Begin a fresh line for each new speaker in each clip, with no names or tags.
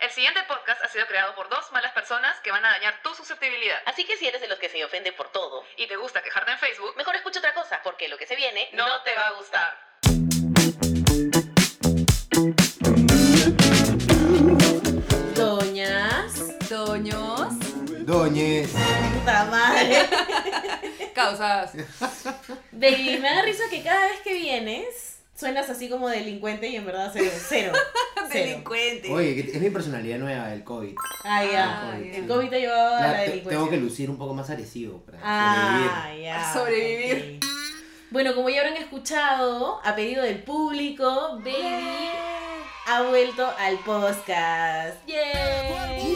El siguiente podcast ha sido creado por dos malas personas que van a dañar tu susceptibilidad.
Así que si eres de los que se ofende por todo,
Y te gusta quejarte en Facebook,
mejor escucha otra cosa, porque lo que se viene
no, te va a gustar.
Doñas.
Doños,
Doñez.
Puta madre.
causas.
Baby, me da risa que cada vez que vienes suenas así como delincuente y en verdad cero. Cero. cero.
Delincuente.
Oye, que es mi personalidad nueva, el COVID.
Ah, ya.
Ah, ya.
El COVID te llevaba a la
Claro, te-
delincuencia.
tengo que lucir un poco más agresivo para
Ah, ya.
A sobrevivir.
ok. Bueno, como ya habrán escuchado, a pedido del público, Baby ha vuelto al podcast. ¡Yay!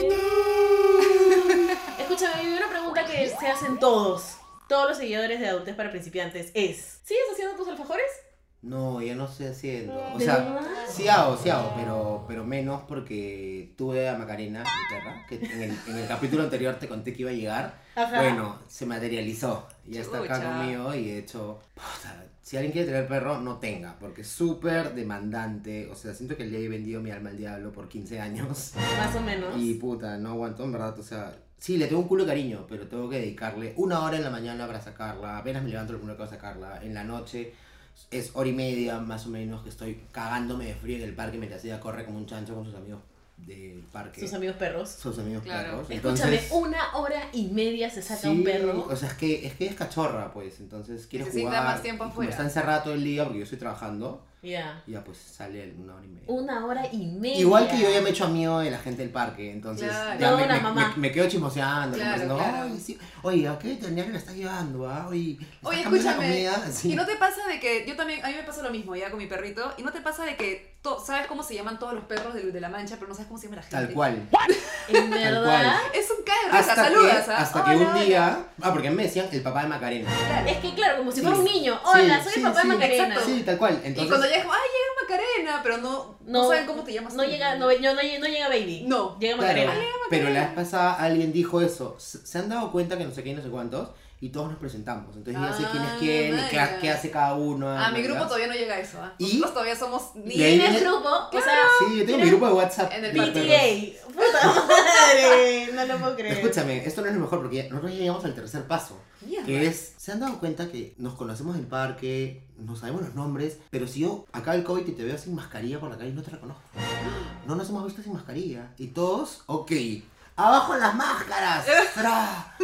Escúchame, Baby, una pregunta que se hacen todos, todos los seguidores de Adultes para Principiantes es: ¿Sigues haciendo tus alfajores?
sobrevivir. No, ya no estoy haciendo. O
¿De
sea,
verdad?
sí hago, sí hago, pero, pero menos porque tuve a Macarena, mi perra, que en el, en el capítulo anterior te conté que iba a llegar.
Ajá.
Bueno, se materializó. Ya está acá
Chucha.
conmigo y de hecho, puta, si alguien quiere tener perro, no tenga, porque es súper demandante. O sea, siento que le he vendido mi alma al diablo por 15 años.
Más o menos.
Y puta, no aguanto, en verdad, o sea, sí, le tengo un culo de cariño, pero tengo que dedicarle una hora en la mañana para sacarla, apenas me levanto lo primero que voy a sacarla, en la noche es hora y media más o menos que estoy cagándome de frío en el parque mientras ella corre como un chancho con sus amigos del parque,
Sus
sus,
amigos perros.
amigos
Claro.
perros.
Escúchame, una hora y media se saca un
sí,
perro.
O sea, es que es, que es cachorra, pues, entonces quiere
Necesita
jugar.
más tiempo
y como
afuera.
está encerrada todo el día porque yo estoy trabajando,
Ya.
ya pues sale una hora y media.
Una hora y media.
Igual que yo ya me he hecho amigo de la gente del parque, entonces
Claro.
ya
Toda
me,
una
me-
mamá.
me- me quedo chismoseando,
Claro,
conversando,
claro.
"Ay, sí, oye, ¿a qué veterinario la estás llevando? ah? Oye, ¿le
Oye,
estás cambiando la
escúchame.
comida?" Sí.
¿Y no te pasa de que yo también, a mí me pasa lo mismo ya con mi perrito, y no te pasa de que to- sabes cómo se llaman todos los perros de, de la mancha, pero no sabes cómo se llama la gente?
Tal cual.
En
Tal
verdad.
Es un cae de risa,
Hasta, que,
saludas. ¿ah?
hasta que
Hola,
un
hola.
día. Ah, porque a mí me decían el papá de Macarena.
Claro.
Es que claro, como si
Sí.
fuera un niño. Hola,
Sí,
soy
sí,
el papá
sí,
de Macarena.
exacto.
Sí, tal cual.
Y cuando
Entonces,
llega, ¡ay, llega Macarena! Pero no, no, saben cómo te llamas.
No
tú.
llega, no, no, no llega- no llega Baby.
No.
Llega
claro,
Macarena.
pero la vez pasada alguien dijo eso. Se se han dado cuenta que no sé quién, no sé cuántos, y todos nos presentamos. Entonces ya sé quién es
Ah,
quién, y qué,
vaya.
qué hace cada uno.
A mi
Ah, ¿verdad?
grupo todavía no llega eso. ¿ah?
¿Y?
Nosotros todavía somos
Y ahí
niños.
Tienes
viene-
grupo, o sea,
Sí, yo tengo mi grupo de WhatsApp.
En el
para perros.
PTA. Puta madre. No lo puedo creer.
Escúchame, esto no es lo mejor porque ya- nosotros ya llegamos al tercer paso. Que es, ¿se han dado cuenta que nos conocemos del parque, nos sabemos los nombres, pero si yo acaba el COVID y te veo sin mascarilla por la calle, no te reconozco. No nos hemos visto sin mascarilla. Y todos, ok, abajo las máscaras. Fra.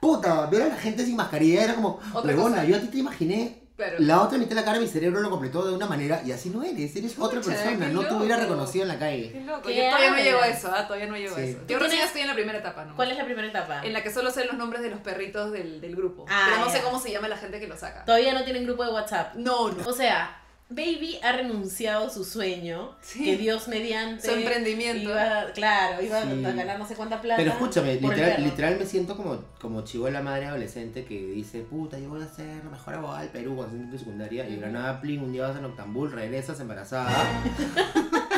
Puta, ver a la gente sin mascarilla era como,
Otra
huevona,
cosa.
yo a ti te imaginé.
Claro.
La otra mitad de la cara de mi cerebro lo completó de una manera y así no eres, eres otra
Chucha,
persona,
qué
no te hubiera
loco.
reconocido en la calle.
Qué loco.
¿Qué
Yo todavía no
hablas?
llego a eso, ¿ah? todavía no llego a
Sí.
eso.
¿Tú
Yo recién
tienes-
estoy en la primera etapa, ¿no?
¿Cuál es la primera etapa?
En la que solo sé los nombres de los perritos del, del grupo.
Ah,
pero no
ya.
sé cómo se llama la gente que lo saca.
Todavía no tienen grupo de WhatsApp.
No, no.
O sea, Baby ha renunciado a su sueño
Sí.
que Dios mediante
Su emprendimiento.
iba, claro, iba
Sí.
a ganar no sé cuánta plata.
Pero escúchame,
por el
literal,
perro.
literal me siento como, como chivola madre adolescente que dice, puta, yo voy a ser la mejor abogada del Perú cuando estás en secundaria. Y de la nada, plin, un día vas a Noctambul, regresas embarazada.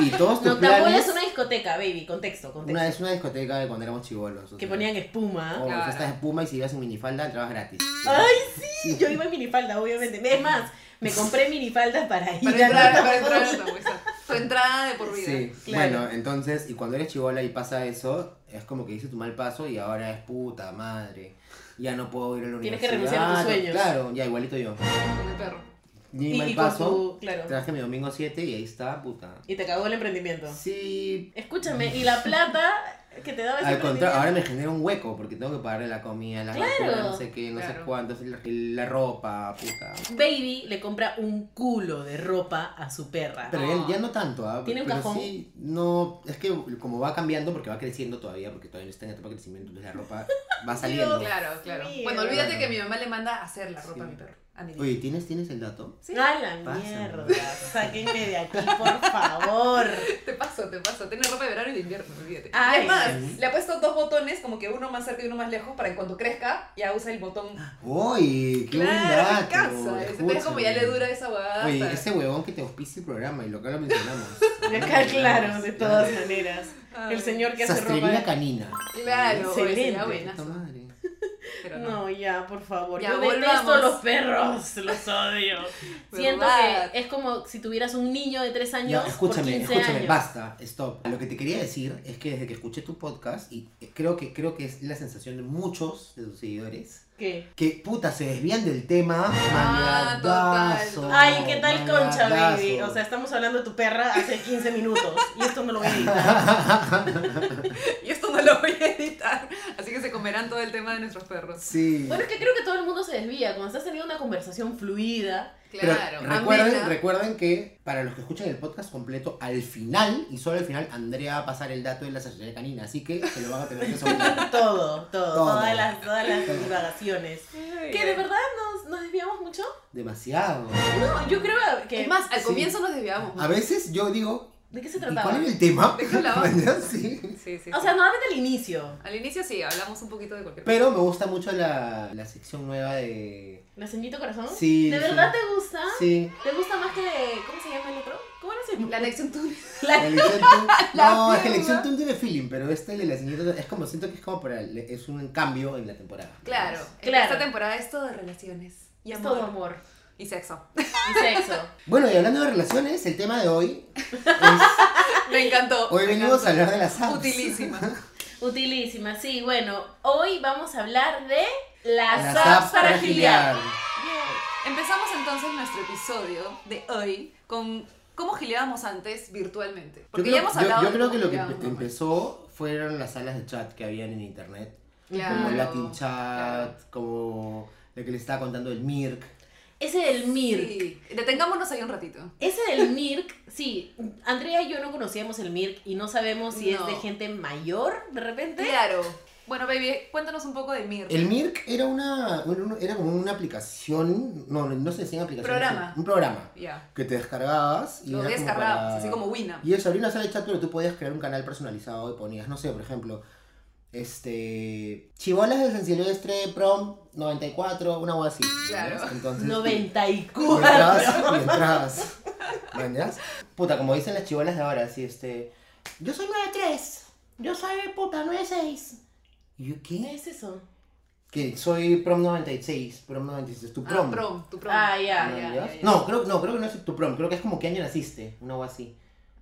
y todos tus
Noctambola
planes...
es una discoteca, Baby, contexto, contexto.
Una, es una discoteca de cuando éramos chivolos.
Que ponían espuma.
Oh,
Claro.
fiestas de espuma y si ibas en minifalda entrabas gratis.
Ay, sí, yo iba en minifalda, obviamente. Es más, me compré minifalda para ir
Para
a
entrar,
la-
para entrar a la mesa. Tu entrada de por vida.
Sí,
Claro.
bueno, entonces, y cuando eres chivola y pasa eso, es como que hice tu mal paso y ahora es puta madre. Ya no puedo ir a la
Tienes
universidad.
que renunciar a tus sueños.
Claro, ya igualito yo.
Con el perro.
Ni
Y-
mal
y con
paso.
tu- claro.
Traje mi domingo 7 y ahí está, puta.
Y te acabó el emprendimiento.
Sí,
Escúchame, y la plata que te daba ese
Mm. al contrario, ahora
emprendimiento?
me genera un hueco porque tengo que pagarle la comida, la
Claro.
no sé qué, no sé
Claro.
cuánto, la, la ropa, puta.
Baby le compra un culo de ropa a su perra.
Pero ya, ya no tanto, ¿ah?
¿Tiene un
Pero
cajón?
sí, no, es que como va cambiando porque va creciendo todavía, porque todavía no está en etapa de crecimiento, entonces la ropa va saliendo.
Claro, claro.
Mira.
Bueno, olvídate
Claro.
que mi mamá le manda a hacer la ropa
Sí.
a mi perro. A mi
Oye, ¿tienes, ¿tienes el dato?
Sí.
¡A la
Pásame.
mierda! Sáquenme de aquí, por favor.
Te paso, te paso. Tiene ropa de verano y de invierno, olvídate.
Ay.
es más, le ha puesto dos botones, como que uno más cerca y uno más lejos, para que cuando crezca ya usa el botón.
¡Uy! ¡Qué
claro, me
buen dato!
casa. Entonces, como ya le dura esa huevada.
Oye,
hasta-
ese huevón que te auspicia el programa y lo que lo mencionamos.
De acá, claro, de todas maneras.
Ay.
El señor que hace
Sastrería
ropa.
canina.
Ah, Claro, oye, sería
Excelente.
buena.
Puta madre.
Pero no.
No, ya, por favor.
Ya,
Yo detesto
volvamos.
los perros, los odio. Siento
¿Verdad?
que es como si tuvieras un niño de 3 años.
No, escúchame,
por 15
escúchame,
años.
basta, stop. Lo que te quería decir es que desde que escuché tu podcast, y creo que, creo que es la sensación de muchos de tus seguidores,
¿Qué?
que puta, se desvían del tema.
Ah,
mañadazo,
total,
Ay, ¿qué tal concha,
mañadazo.
baby? O sea, estamos hablando de tu perra hace 15 minutos y esto no lo voy a editar.
eh, Y esto no lo voy a editar. Así que se comerán todo el tema de nuestros perros.
sí.
Bueno, es que creo que todo el mundo se desvía. Cuando estás teniendo una conversación fluida,
Pero
Claro.
recuerden,
amena.
recuerden que para los que escuchan el podcast completo, al final, y solo al final, Andrea va a pasar el dato de la asesoría canina, así que se lo van a tener que soltar.
todo, todo,
Todo.
Todas, las, todas las divagaciones. Que de verdad nos, nos desviamos mucho.
Demasiado.
No, yo creo que.
Es más, al
Sí.
comienzo nos desviamos.
A veces yo digo,
¿De qué se
¿y cuál
trataba?
era el tema?
¿De qué hablabas?
Mañana sí.
Sí, sí.
O sea, normalmente al inicio.
al inicio sí, hablamos un poquito de cualquier
Pero me gusta mucho la, la sección nueva de.
¿La ceñito corazón?
Sí.
¿De
sí.
verdad te gusta?
Sí.
¿Te gusta más que. ¿Cómo se llama el otro? ¿Cómo era ese?
La anexión tú.
La
La-
elección Tun-
La
no, es que
mierda.
la elección Tun tiene feeling, pero este de la señorita es como siento que es como para el- es un cambio en la temporada.
Claro.
Claro.
Esta temporada es todo de relaciones. Y
Es
amor.
todo amor
Y sexo.
y sexo.
Bueno, y hablando de relaciones, el tema de hoy es
Me encantó.
hoy
me
venimos
encantó.
a hablar de las apps.
Utilísima.
Utilísima, sí. Bueno, hoy vamos a hablar de las,
Las
apps, para, gilear.
gilear.
Empezamos entonces nuestro episodio de hoy con cómo gileábamos antes virtualmente.
Yo
Porque
creo,
ya hemos
yo-
hablado.
yo
de
creo que
cómo
lo que
gileábamos
empe-
normal.
empezó fueron las salas de chat que habían en internet,
Claro.
como Latin Chat,
claro.
como lo que les estaba contando el Mirk.
Ese del Mirk.
Sí. Detengámonos ahí un ratito.
Ese del Mirk, sí. Andrea y yo no conocíamos el Mirk y no sabemos si
No.
es de gente mayor de repente.
Claro. Bueno, baby, cuéntanos un poco de Mir.
El Mirk era una era un- era como una aplicación, no, no- no se decía aplicación,
Programa.
sí, un programa
Ya.
que te descargabas y
Lo
era como
descargabas,
para-
así como Winamp.
Y eso abría una sala de chat, pero tú podías crear un canal personalizado y ponías, no sé, por ejemplo, este Chibolas de San Silvestre Prom 94, una o así. ¿no?
Claro.
Entonces, y
94.
entrabas, y entrabas. ¿Me entiendes? Puta, como dicen las chibolas de ahora, así este, yo soy 93. Yo soy puta 96. ¿Y yo
¿Qué
qué?
es eso?
Que soy prom 96, prom 96, tu
Ah,
prom.
prom, tu prom.
Ah,
¿me
ya.
ya,
entiendes?
ya, ya.
No, creo, no, creo que no es tu prom, creo que es como qué año naciste, una o así.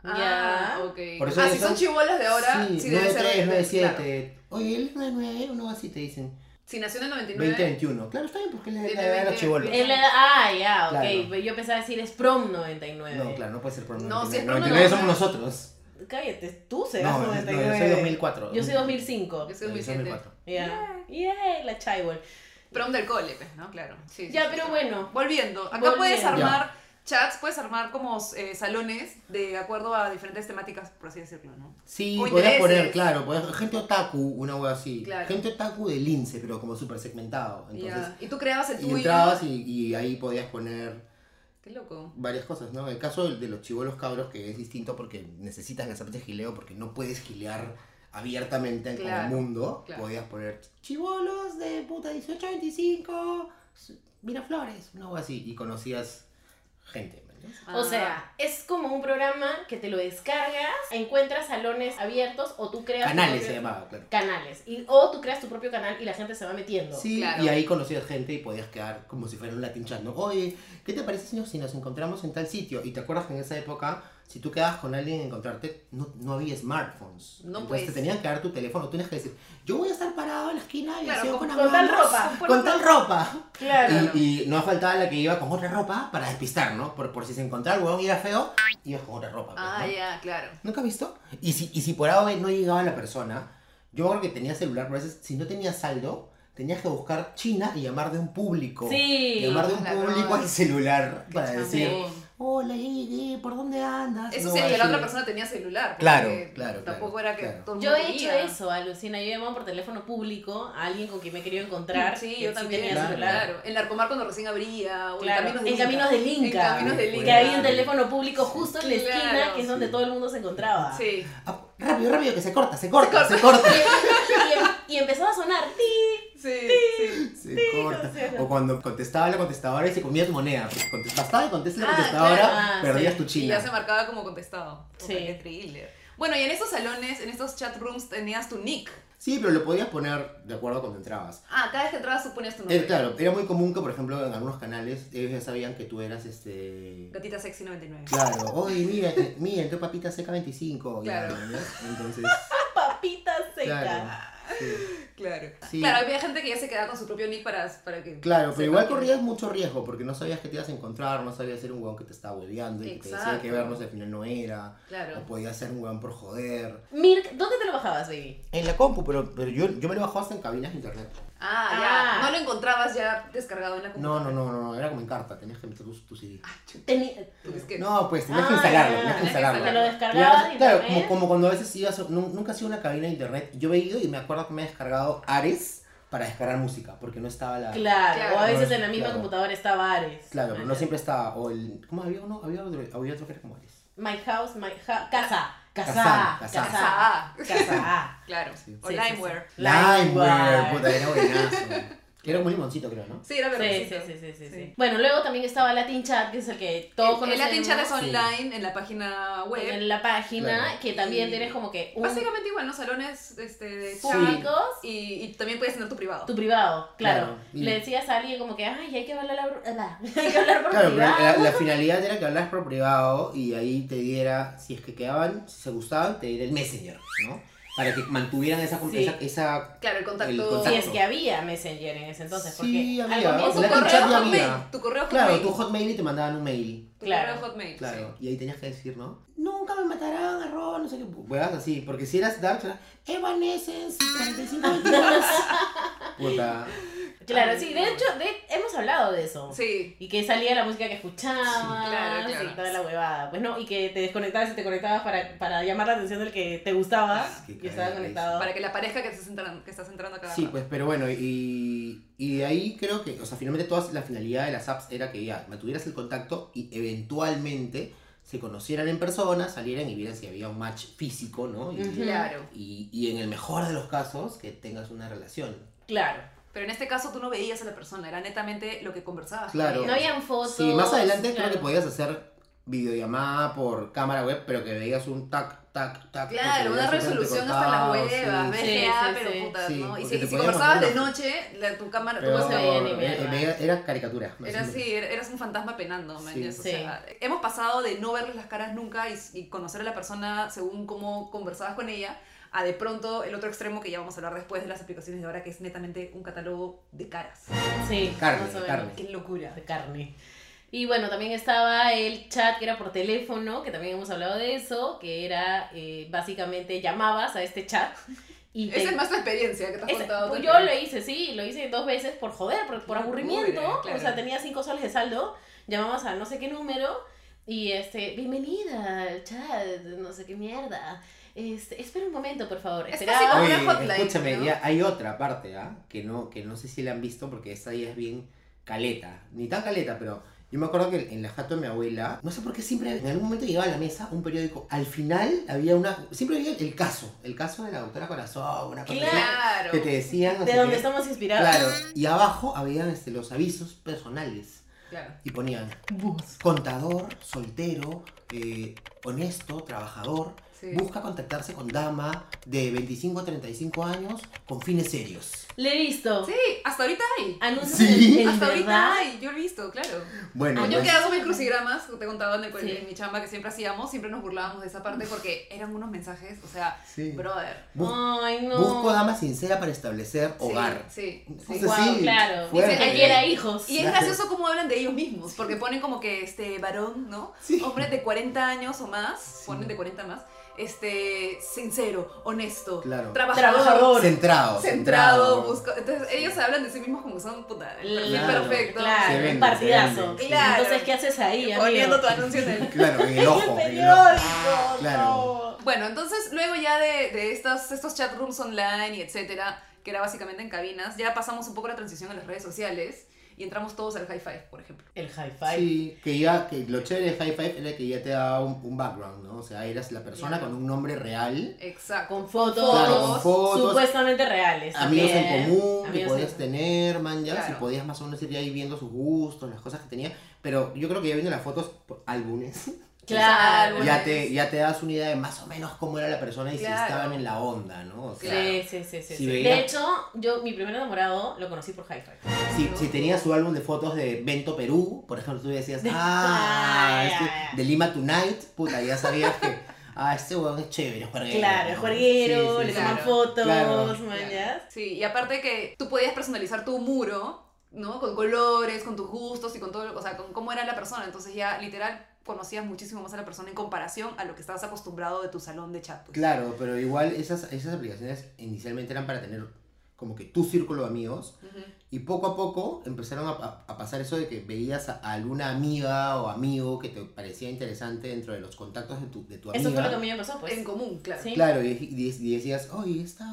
Ah,
Ya.
ok.
Por eso
ah,
ya
si son
son-
chibolas de ahora, sí,
sí,
debe ser.
93,
de- de-
97.
claro.
Oye, él es 99, uno así te dicen.
Si nació en el 99.
20, 21. Claro, está bien porque le
Tiene Eh,
da la edad a los
20,
chibolos.
El- ah, ya, ok.
Claro.
Yo pensaba decir es prom 99.
No, claro, no puede ser por
No,
99.
si es por
99 somos
99.
nosotros.
Cállate, tú serás
No, no, yo
99.
soy 2004.
Yo soy 2005.
Yo soy
Yo soy
2007.
2004.
Ya. Yay, la chaibol.
Prom del cole, pues, ¿no? Claro. Sí, sí,
Ya,
sí,
pero
claro.
bueno.
Volviendo, acá
Volviendo.
puedes armar chats, puedes armar como eh, salones de acuerdo a diferentes temáticas, por así decirlo, ¿no?
Sí,
O
podías poner,
intereses.
claro, podías, gente otaku, una wea así.
Claro.
Gente otaku de lince, pero como súper segmentado. Entonces,
Ya. Y tú creabas el
y
tuyo.
entrabas y, y ahí podías poner
Qué loco.
varias cosas, ¿no? El caso de los chivolos cabros, que es distinto porque necesitas las artes de gileo, porque no puedes gilear abiertamente con el
Claro,
mundo,
claro.
podías poner chivolos de puta 18 a 25, s- Miraflores, una wea así, y conocías gente. ¿me entiendes?
O sea, es como un programa que te lo descargas, encuentras salones abiertos o tú creas. tu
Canales se
propio-
llamaba, claro.
Canales. Y, o tú creas tu propio canal y la gente se va metiendo.
Sí,
Claro.
y ahí conocías gente y podías quedar como si fuera un latin chat, ¿no? Oye, ¿qué te parece si nos, si nos encontramos en tal sitio? Y te acuerdas que en esa época, si tú quedabas con alguien a encontrarte, no, no había smartphones.
No,
Entonces
pues.
te tenían que dar tu teléfono, tú tenías que decir, yo voy a estar parado en la esquina de
Claro,
aseo
con-
con,
con tal
hamamas,
ropa.
Con tal ropa.
Claro.
Y, y no faltaba la que iba con otra ropa para despistar, ¿no? Por, por si se encontraba el huevón y era feo, ibas con otra ropa. pues,
Ah,
¿no?
ya, claro.
¿Nunca has visto? Y si, y si por A o B no llegaba la persona, yo creo que tenía celular, pero a veces si no tenía saldo, tenías que buscar China y llamar de un público.
Sí.
Llamar de un
Claro.
público al celular para
Chamo.
decir, hola, ya llegué, ¿por dónde
Ah,
andas?
Eso
No,
sí, que la
así.
otra persona tenía celular. porque
Claro, claro,
Tampoco
claro,
era que
claro.
todo el
Yo
mundo
he hecho
tenía.
eso, alucina. Yo he llamado por teléfono público a alguien con quien me quería encontrar.
Sí,
que
yo también.
tenía
claro.
celular.
claro. En Larcomar cuando recién abría. O
Claro,
en
en Caminos del Inca.
En Caminos del Inca.
Que había un teléfono público justo en la
Claro,
esquina, que es donde
sí.
todo el mundo se encontraba.
Sí.
Ah, rápido, rápido, que se corta, se corta, se corta.
Y, y- y empezaba a sonar. ¡Ti!
Sí, sí.
Se corta.
sí, no.
O cuando contestaba la contestadora y se comía tu moneda. porque contest- Bastaba y contestar la
Ah,
contestadora,
claro, ah,
perdías
sí.
tu
Y
china.
ya se marcaba como contestado.
Sí.
Sí. Qué thriller. Bueno, y en esos salones, en estos chat rooms, tenías tu nick.
Sí, pero lo podías poner de acuerdo cuando entrabas.
Ah, cada vez que entrabas tú ponías tu nombre.
Eh, claro, era muy común que, por ejemplo, en algunos canales ellos ya sabían que tú eras este.
Gatita Sexy 99.
Claro, oye, mira, que- mira, entró papita seca 25. ya,
Claro.
¿no? Entonces,
Papita seca.
claro. sí.
Claro.
Sí.
Claro, había gente que ya se quedaba con su propio nick para, para que.
Claro,
sepa
pero igual
que-
corrías mucho riesgo porque no sabías que te ibas a encontrar, no sabías si era un weón que te estaba hueveando y que te decía
Exacto.
que vernos al final no era, o
Claro.
podía ser un weón por joder.
Mirk, ¿dónde te lo bajabas, baby?
En la compu, pero, pero yo, yo me lo bajo hasta en cabinas de internet.
Ah,
Ah.
ya. No lo encontrabas ya descargado en la
No,
computadora.
no, no, no, no, era como en carta, tenías que meter tu, tu CD.
Teni-
Porque es que.
No, pues tenías que
Ah,
instalarlo,
ya,
tenías que
tenías que
instalarlo.
Te lo descargabas
Claro,
de
claro,
internet.
como, como cuando a veces ibas, a- nu- nunca ha sido una cabina de internet. Yo he ido y me acuerdo que me he descargado Ares para descargar música, porque no estaba la...
Claro,
Claro.
o a veces en la misma
Claro.
computadora estaba Ares.
Claro, pero no
Ajá.
siempre estaba, o el... ¿Cómo había uno? Había otro, había otro que era como Ares.
My house, my house. Casa. Casa.
Casa, casa.
Casa.
Ah,
Casa.
claro.
Sí.
O
Sí, sí, sí.
Limeware. Sí,
Limeware,
Limeware.
puta, era buenazo. Que era un limoncito, creo, ¿no?
era verdad.
Sí, sí, sí, sí, sí, sí.
Sí.
Bueno, luego también estaba Latin Chat, que es el que todos
El
conocemos.
Latin Chat es
Sí.
online en la página web.
En la página,
Claro.
que también
Y-
tienes como que un
Básicamente igual, ¿no? Salones este, de
Sí.
público.
públicos,
Y, y también puedes tener tu privado.
tu privado, claro.
Claro, y-
Le decías a alguien como que, ay, hay que hablar, la bru- la- hay que hablar por
Claro, pero
privado.
la, la finalidad era que hablaras por privado y ahí te diera, si es que quedaban, si se gustaban, te diera el Messenger, ¿no? Para que mantuvieran esa...
Sí.
esa, esa-
Claro, el
El
contacto.
contacto.
Si es que había Messenger en ese entonces,
Sí,
porque
había.
O
al
tu
comienzo...
Latin
correo
Chat ya
hotmail.
había.
Tu correo
Claro,
hotmail.
tu hotmail y te mandaban un mail.
tu
Claro.
correo hotmail.
Claro,
sí.
y ahí tenías que decir, ¿no? Nunca me matarán, arroba, no sé qué. Huevas así, porque si eras Dark, era Evanescence 4522. Puta.
Claro, sí, de hecho, de- hemos hablado de eso.
Sí.
Y que salía la música que escuchabas
Sí, claro, claro.
y toda la huevada. Pues no, y que te desconectabas y te conectabas para, para llamar la atención del que te gustaba
Ah, qué
y estaba
cagada
conectado.
Para que la pareja que estás entrando, que estás entrando cada
Sí,
rato.
pues, pero bueno, y, y de ahí creo que, o sea, finalmente todas la finalidad de las apps era que ya mantuvieras el contacto y eventualmente se conocieran en persona, salieran y vieran si había un match físico, ¿no? Y,
Ujú.
Claro.
y- y en el mejor de los casos, que tengas una relación.
Claro.
Pero en este caso tú no veías a la persona, era netamente lo que conversabas. con
Claro.
ella.
No habían fotos.
Sí, más adelante
claro.
creo que podías hacer videollamada por cámara web, pero que veías un tac, tac, tac.
Claro,
porque
una
veías un
resolución hasta las
recortado,
huevas,
sí.
Sí,
VGA,
sí,
pero
sí.
puta,
Sí,
¿no? Y
porque
si, si
te podían
conversabas
mandar
de
una-
noche, la- tu cámara,
Pero
tu voz
no
se
veía ni
eh,
mierda.
eh, era, caricatura.
Era así, era- eras un fantasma penando, man.
Sí.
ya, o
Sí.
sea, hemos pasado de no verles las caras nunca y, y conocer a la persona según cómo conversabas con ella, a de pronto el otro extremo que ya vamos a hablar después de las aplicaciones de ahora, que es netamente un catálogo de caras.
Sí,
Carne,
más o menos.
carne.
¡Qué locura!
De carne. Y bueno, también estaba el chat que era por teléfono, que también hemos hablado de eso, que era eh, básicamente llamabas a este chat y te-
Esa es más tu experiencia que te has
Ese- pues
contado. tú.
yo lo hice, sí, lo hice dos veces por joder, por, por aburrimiento.
Mugre, claro.
O sea, tenía cinco soles de saldo, llamabas a no sé qué número y este, bienvenida al chat, no sé qué mierda. Este, espera un momento, por favor.
Es casi
Esperaba-
como
Oye,
una hotline,
escúchame,
¿no?
ya hay otra parte, ¿ah? Que no, que no sé si la han visto porque esa ya es bien caleta. Ni tan caleta, pero yo me acuerdo que en la jato de mi abuela, no sé por qué siempre en algún momento llegaba a la mesa un periódico. Al final había una. Siempre había el caso, el caso de la doctora Corazón, una cosa así,
Claro.
que te decían. no
de
sé
donde
qué.
estamos inspirados.
Claro, y abajo habían este, los avisos personales
Claro.
y ponían
Bus.
contador, soltero, eh, honesto, trabajador,
Sí.
Busca contactarse con dama de 25 a 35 años con fines serios.
Le he visto.
Sí, hasta ahorita hay.
Anuncios
Sí.
Ah, en- en
Hasta
verdad.
ahorita hay, yo lo he visto, claro.
Bueno,
Ah,
Yo
pues,
que hago mis crucigramas, te contaba en, el colegio,
Sí.
en mi chamba que siempre hacíamos, siempre nos burlábamos de esa parte porque eran unos mensajes, o sea,
sí.
brother.
Bu-
Ay, no.
Busco dama sincera para establecer
Sí,
hogar.
Sí, sí.
Entonces,
Guau,
sí,
claro.
fuerte.
Dice,
Aquí era hijos.
Y es gracioso cómo hablan de ellos mismos, porque ponen como que este varón, ¿no?
Sí.
Hombre de 40 años o más, ponen de 40 más, este sincero, honesto,
Claro.
trabajador,
Trabajador.
Centrado,
centrado,
centrado.
busco. Entonces ellos hablan de sí mismos como son puta, el perfil
Claro.
perfecto.
Claro,
Se
un
vende, se
partidazo.
vende, sí.
Claro.
Entonces, ¿qué haces ahí, amigo?
Poniendo tu anuncio en el
Claro, en el ojo. en el ojo.
periódico.
Claro.
no.
Bueno, entonces luego ya de, de estos, estos chat rooms online y etcétera, que era básicamente en cabinas, ya pasamos un poco la transición a las redes sociales y entramos todos al high five, por ejemplo.
El hi-fi.
Sí, que ya, que lo chévere de High Five era que ya te daba un, un background, ¿no? O sea, eras la persona
Claro.
con un nombre real,
Exacto.
Con fotos,
Claro, con fotos.
supuestamente reales.
amigos en
también.
común, que
Amigos
podías
en-
tener, man, ya, si
Claro.
podías más o menos ir ahí viendo sus gustos, las cosas que tenía. Pero yo creo que ya viendo las fotos, álbumes,
Claro.
ya te, ya te das una idea de más o menos cómo era la persona y si
Claro.
estaban en la onda, ¿no? O sea,
Sí, sí, sí, sí,
Si
sí.
veía-
De hecho, yo mi primer enamorado lo conocí por hi
si, si tenía su álbum de fotos de Bento Perú, por ejemplo, tú decías,
De-
ah,
Ah,
este-
ya, ya.
de Lima Tonight, puta, ya sabías que, ah, este huevón es chévere, es juerguero,
Claro,
¿no?
jueguero,
Sí, sí,
le
sí.
toman
claro,
fotos,
claro.
mañas.
Sí, y aparte que tú podías personalizar tu muro, ¿no? Con colores, con tus gustos y con todo, o sea, con cómo era la persona. Entonces ya literal conocías muchísimo más a la persona en comparación a lo que estabas acostumbrado de tu salón de chat. pues.
Claro, pero igual esas, esas aplicaciones inicialmente eran para tener como que tu círculo de amigos
Ujú.
Y poco a poco empezaron a, a- a pasar eso de que veías a, a alguna amiga o amigo que te parecía interesante dentro de los contactos de tu, de tu amiga.
Eso fue lo que a mí me pasó, pues.
En común, claro.
Sí.
Claro, y, y- y decías, oye, esta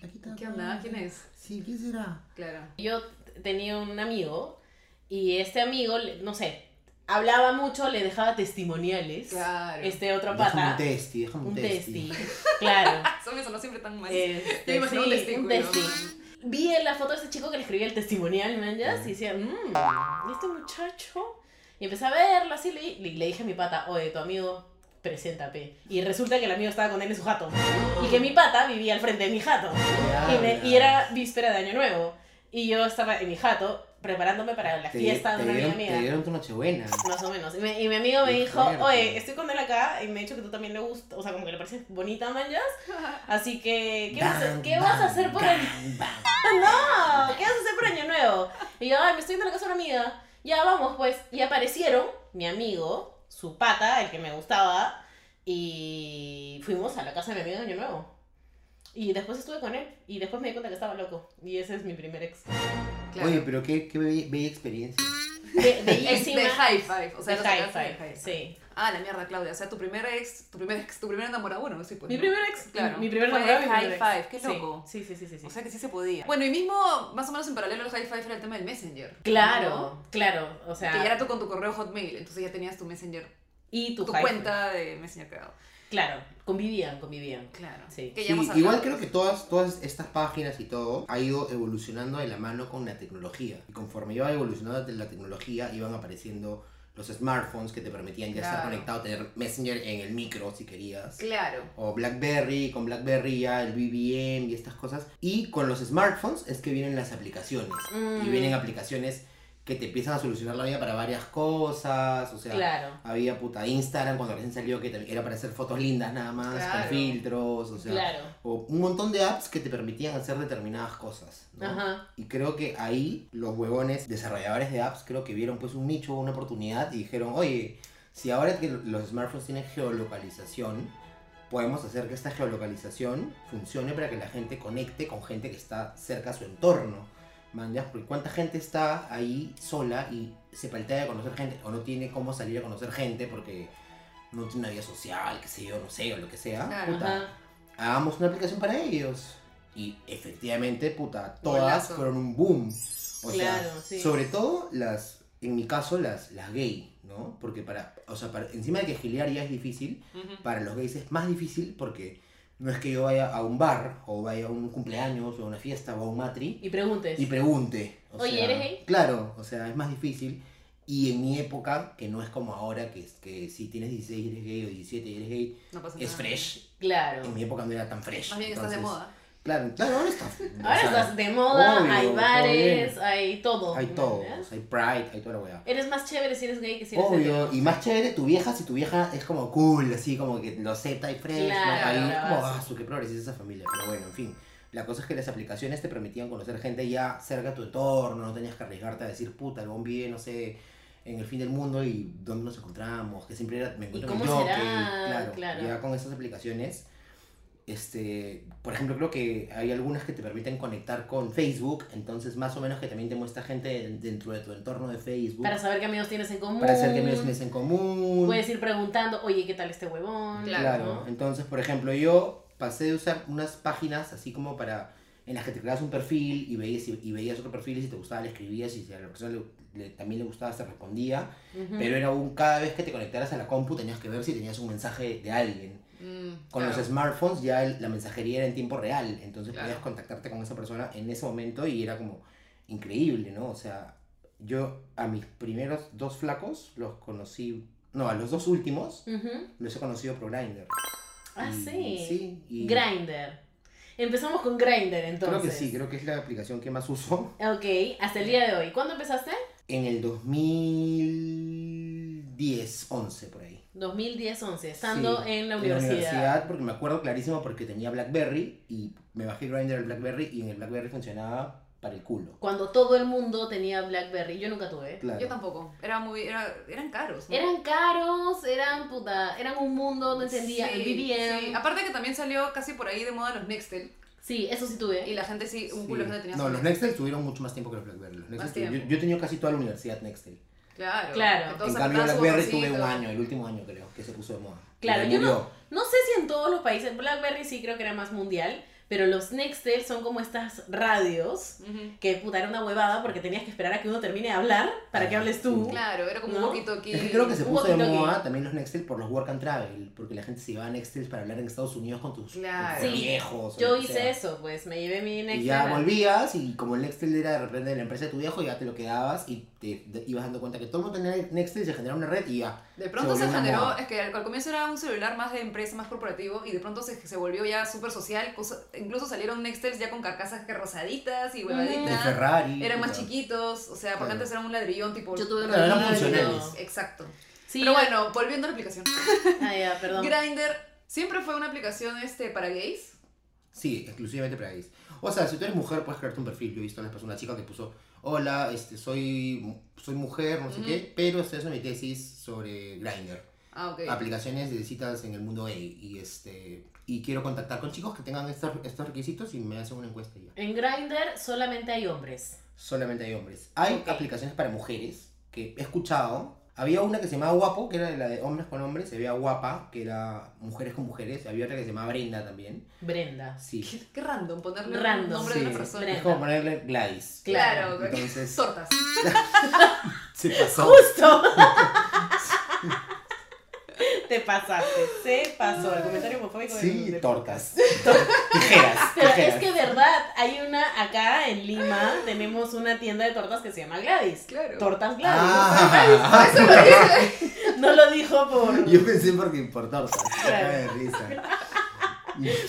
flaquita.
¿Qué onda? ¿Quién es?
Sí, ¿quién será?
Claro.
Yo t- tenía un amigo y este amigo, le- no sé, hablaba mucho, le dejaba testimoniales.
Claro.
Este otro
Déjame
pata.
un testi, déjame un,
Un
testi.
testi. Claro.
Eso me sonó siempre tan mal.
Este,
Yo me imagino un
sí,
testículo.
un testi. Vi en la foto de este chico que le escribía el testimonial, man, ya, y decía, mmm, este muchacho. Y empecé a verlo así, le, le- le dije a mi pata, oye, tu amigo, preséntate. Y resulta que el amigo estaba con él en su jato. Y que mi pata vivía al frente de mi jato. Y, me- y era víspera de Año Nuevo. Y yo estaba en mi jato preparándome para la
Te-
fiesta de
te
una amiga
dieron- Te
mía.
dieron tu nochebuena.
Más o menos. Y, me- y mi amigo me
Qué
dijo,
fuerte.
oye, estoy con él acá y me ha dicho que tú también le gusta, o sea, como que le pareces bonita, manjas. Así que, ¿qué, vas, a,
Bang,
qué vas a
bang,
hacer por
bang,
Año
bang.
No, ¿Qué vas a hacer por Año Nuevo? Y yo, ay, me estoy yendo a la casa de una amiga. Ya vamos, pues. Y aparecieron mi amigo, su pata, el que me gustaba, y fuimos a la casa de mi amigo de Año Nuevo. Y después estuve con él, y después me di cuenta que estaba loco. Y ese es mi primer ex.
claro.
Oye, pero qué, qué bella, bella experiencia.
Be-
Ex
bellísima.
de high five. O sea,
de
lo
high
sacaste de
five,
high five.
sí.
Ah, la mierda, Claudia. O sea, tu primer ex, tu primer ex, tu primer enamorado. Bueno, sí, pues.
Mi
¿no?
primer ex,
Claro.
mi primer
Fue
enamorado, mi
high
primer
five,
ex.
qué
Sí,
loco.
Sí, sí, sí, sí. sí.
O sea que sí se podía. Bueno, y mismo, más o menos en paralelo al Hi-Fi era el tema del Messenger.
claro, claro, o
¿no?
sea,
Que ya era tú con tu correo Hotmail, entonces ya tenías tu Messenger,
y tu,
tu
high
cuenta de Messenger creado.
five. Claro, convivían, convivían.
Claro.
Sí.
Que ya
Sí,
hemos hablado.
igual creo que todas, todas estas páginas y todo ha ido evolucionando de la mano con la tecnología. Y conforme iba evolucionando te- la tecnología, iban apareciendo los smartphones que te permitían ya estar
Claro.
conectado, tener Messenger en el micro si querías.
Claro.
O BlackBerry, con BlackBerry ya el BBM y estas cosas. Y con los smartphones es que vienen las aplicaciones. Y
Mm.
vienen aplicaciones que te empiezan a solucionar la vida para varias cosas. O sea,
Claro,
había puta Instagram cuando recién salió que te- era para hacer fotos lindas nada más,
Claro.
con filtros. O sea,
claro.
o un montón de apps que te permitían hacer determinadas cosas. ¿no?
Ajá.
Y creo que ahí los huevones desarrolladores de apps creo que vieron pues un nicho, una oportunidad y dijeron, oye, si ahora que los smartphones tienen geolocalización, podemos hacer que esta geolocalización funcione para que la gente conecte con gente que está cerca a su entorno. Mangas, porque cuánta gente está ahí sola y se paltea de conocer gente o no tiene cómo salir a conocer gente porque no tiene una vida social, qué sé yo, no sé, o lo que sea.
Claro.
Puta,
Ajá.
hagamos una aplicación para ellos. Y efectivamente, puta, todas
Golazo.
fueron un boom. O
Claro,
sea,
sí.
sobre todo las, en mi caso, las, las gay, ¿no? Porque para, o sea, para, encima de que gilear ya es difícil,
Ujú.
para los gays es más difícil porque no es que yo vaya a un bar, o vaya a un cumpleaños, o a una fiesta, o a un matri,
Y preguntes.
y pregunte. o
Oye,
sea,
¿eres gay?
Claro, o sea, es más difícil. Y en mi época, que no es como ahora, que, que si tienes 16 y eres gay, o 17 y eres gay,
No pasa
Ah.
nada.
es fresh,
Claro.
en mi época no era tan fresh.
Más bien estás de
entonces-
moda.
Claro, claro, ahora estás.
Ahora estás de moda,
obvio,
hay
todo
bares, hay todo.
Hay todo,
¿no?
¿eh?
o sea, hay pride, hay toda la weá.
Eres más chévere si eres gay que si eres hetero.
Obvio, y más chévere tu vieja si tu vieja es como cool, así como que lo acepta y fresh. ¿no?
Claro,
Ahí es
la
como,
base.
ah, su qué progresista esa familia. Pero bueno, en fin. La cosa es que las aplicaciones te permitían conocer gente ya cerca de tu entorno, no tenías que arriesgarte a decir, puta, el bombi, no sé, en el fin del mundo y dónde nos encontramos, que siempre era, me encuentro
¿Y
en
cómo
Yoke,
será?
Claro,
Claro.
Ya con esas aplicaciones, este, por ejemplo, creo que hay algunas que te permiten conectar con Facebook, entonces más o menos que también te muestra gente dentro de tu entorno de Facebook
Para saber qué amigos tienes en común.
para hacer que amigos tienes en común.
Puedes ir preguntando, oye, ¿qué tal este huevón?
Claro.
claro.
¿no?
Entonces, por ejemplo, yo pasé de usar unas páginas así como para en las que te creabas un perfil y veías y veías otro perfil y si te gustaba le escribías y si a la persona le- le- también le gustaba se respondía,
Ujú.
pero era un cada vez que te conectaras a la compu tenías que ver si tenías un mensaje de alguien.
Mm,
Con
claro.
los smartphones ya el- la mensajería era en tiempo real, entonces
Claro.
podías contactarte con esa persona en ese momento y era como increíble, ¿no? O sea, yo a mis primeros dos flacos los conocí, No, a los dos últimos
Ujú.
los he conocido por Grindr.
Ah,
Y-
sí.
Sí. y-
Grinder. Empezamos con Grinder entonces.
Creo que sí, creo que es la aplicación que más uso.
Ok, hasta el día de hoy. ¿Cuándo empezaste?
En el 2010, 11 por ahí.
2010-11, estando
Sí,
en la
En la
universidad.
universidad, porque me acuerdo clarísimo porque tenía Blackberry y me bajé Grindr al Blackberry y en el Blackberry funcionaba para el culo.
Cuando todo el mundo tenía Blackberry, yo nunca tuve.
Claro.
Yo tampoco. Era muy, era, eran caros. ¿no?
Eran caros, eran puta, eran un mundo, no entendía el
Sí,
BBM.
sí.
Sí.
Aparte que también salió casi por ahí de moda los Nextel.
eso sí tuve.
Y la gente sí, un culo de
Sí.
gente tenía
No,
su-
los Nextel tuvieron mucho más tiempo que los Blackberry. Los Nextel
Más
tuvieron-
tiempo.
yo, yo he tenido casi toda la universidad Nextel.
Claro.
Claro.
que todos
en cambio,
apretaban su
Blackberry tuve un
botoncito.
año, el último año creo, que se puso de moda.
Claro,
Y
yo no-
murió.
No sé si en todos los países, Blackberry sí creo que era más mundial, pero los Nextel son como estas radios
Ujú.
que puta era una huevada porque tenías que esperar a que uno termine de hablar para que hables tú.
Claro, era como
¿No?
un poquito aquí.
Es que creo que se
un
puso de
walkie-talkie.
moda también los Nextel por los work and travel, porque la gente se iba a Nextel para hablar en Estados Unidos con tus, con
Claro.
tus
Sí.
viejos. o
Yo
lo que
hice
sea.
eso, pues me llevé mi Nextel.
Y ya
a-
volvías y como el Nextel era de repente de la empresa de tu viejo, ya te lo quedabas y te, te ibas dando cuenta que todo el mundo tenía Nextel, se generaba una red y ya.
De pronto
se
se,
volvió una
generó,
moda.
es que al, al comienzo era un celular más de empresa, más corporativo, y de pronto se, se volvió ya súper social. cosa- incluso salieron Nextels ya con carcasas que rosaditas y
De
huevaditas.
Ferrari.
Eran más
puta.
chiquitos, o sea, porque
Claro.
antes era un ladrillón tipo.
Yo tuve
Claro, eran
unos
funcionales.
niños.
Exacto.
Sí,
Pero bueno, volviendo a la aplicación.
Ah, ya, perdón.
Grindr siempre fue una aplicación este, para gays.
Sí, exclusivamente para gays. O sea, si tú eres mujer, puedes crearte un perfil. Yo he visto a las personas, una chica que puso, hola, este, soy, soy mujer, no sé
Ujú.
qué, pero estoy haciendo mi tesis sobre Grindr.
Ah, ok.
aplicaciones de citas en el mundo gay y este y quiero contactar con chicos que tengan estos, estos requisitos y me hacen una encuesta y ya.
En Grindr solamente hay hombres.
Solamente hay hombres. Hay
Ok.
aplicaciones para mujeres que he escuchado. Había una que se llamaba Guapo, que era de la de hombres con hombres, había Guapa, que era mujeres con mujeres, había otra que se llamaba Brenda también.
Brenda.
Sí.
Qué random ponerle
Random.
un nombre
Sí,
de una persona.
Es como ponerle Gladys.
Claro,
Entonces-
tortas.
Se pasó.
¡Justo! Te pasaste, se pasó. El comentario homofóbico del-
Sí,
del-
tortas. Tijeras.
Pero es
tijeras.
que verdad, hay una acá en Lima, tenemos una tienda de tortas que se llama Gladys.
Claro.
Tortas Gladys.
Ah,
Eso lo dije.
No lo dijo por.
yo pensé porque por tortas.
Claro.
Me da risa.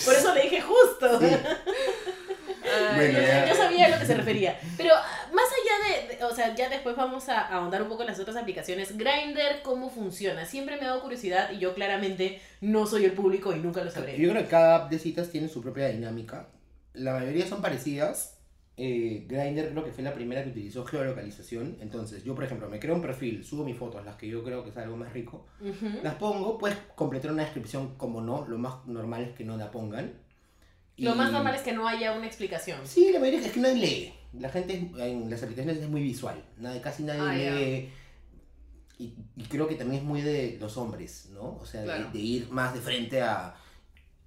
Por eso le dije justo.
Sí.
Ay,
Bueno, ya.
Yo sabía a lo que se refería. Pero ah, más allá de, de- o sea, ya después vamos a ahondar un poco en las otras aplicaciones. Grindr, ¿cómo funciona? Siempre me ha dado curiosidad y yo claramente no soy el público y nunca lo sabré.
Yo creo que cada app de citas tiene su propia dinámica. La mayoría son parecidas. Eh, Grindr creo que fue la primera que utilizó geolocalización. Entonces, yo, por ejemplo, me creo un perfil, subo mis fotos, las que yo creo que es algo más rico.
Ujú.
Las pongo, puedes completar una descripción como no. Lo más normal es que no la pongan.
Lo más normal es que no haya una explicación.
Sí, la mayoría es que nadie lee. La gente es- en las aplicaciones es muy visual. Nadie, casi nadie
Ah, ya.
lee. Y, y creo que también es muy de los hombres, ¿no? O sea, de-
Claro.
de, ir más de frente a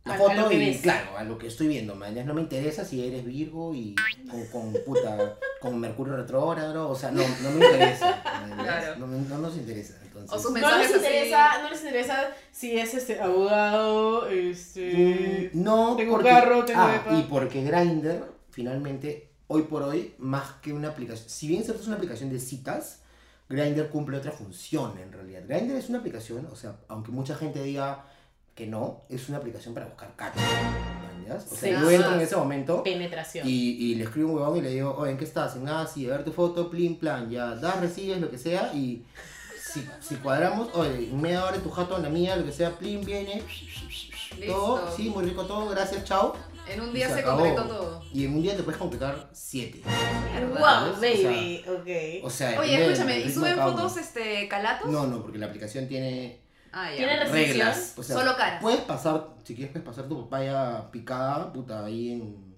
la
A- a
foto
lo que
y
ves.
claro, a lo que estoy viendo, mañana no me interesa si eres Virgo y o con puta, con Mercurio retrógrado, o sea, no, no me interesa, mañas.
Claro.
no, me- no nos interesa, entonces.
O sus
No les,
mensajes así.
interesa, no les interesa si es este abogado,
Mm,
este.
No,
tengo
porque,
carro, tengo
ah,
depa.
y porque Grindr finalmente hoy por hoy más que una aplicación, si bien cierto es una aplicación de citas, Grindr cumple otra función en realidad. Grindr es una aplicación, o sea, aunque mucha gente diga que no, es una aplicación para buscar cacho. ¿mañas? O sea,
Sí.
yo entro en ese momento
Penetración.
y, y le escribo un huevón y le digo, oye, ¿en qué estás? En ah, sí, a ver tu foto, plin, plan, ya, das, recibes, lo que sea, y si, si cuadramos, oye, en media hora tu jato en la mía, lo que sea, plin, viene, todo,
Listo.
sí, muy rico todo, gracias, chao.
En un
Y
día se,
acabó.
concretó todo.
Y en un día te puedes completar siete.
Wow,
¿Ves?
baby,
O
ok.
sea,
Oye,
depende
escúchame,
del
¿y
ritmo
suben
de cada uno.
fotos este calatos?
No, no, porque la aplicación tiene
Ah,
Tiene
ya.
razón. ¿Restricción?
reglas. O sea,
Solo caras.
Puedes pasar, si quieres, puedes pasar tu papaya picada, puta, ahí en.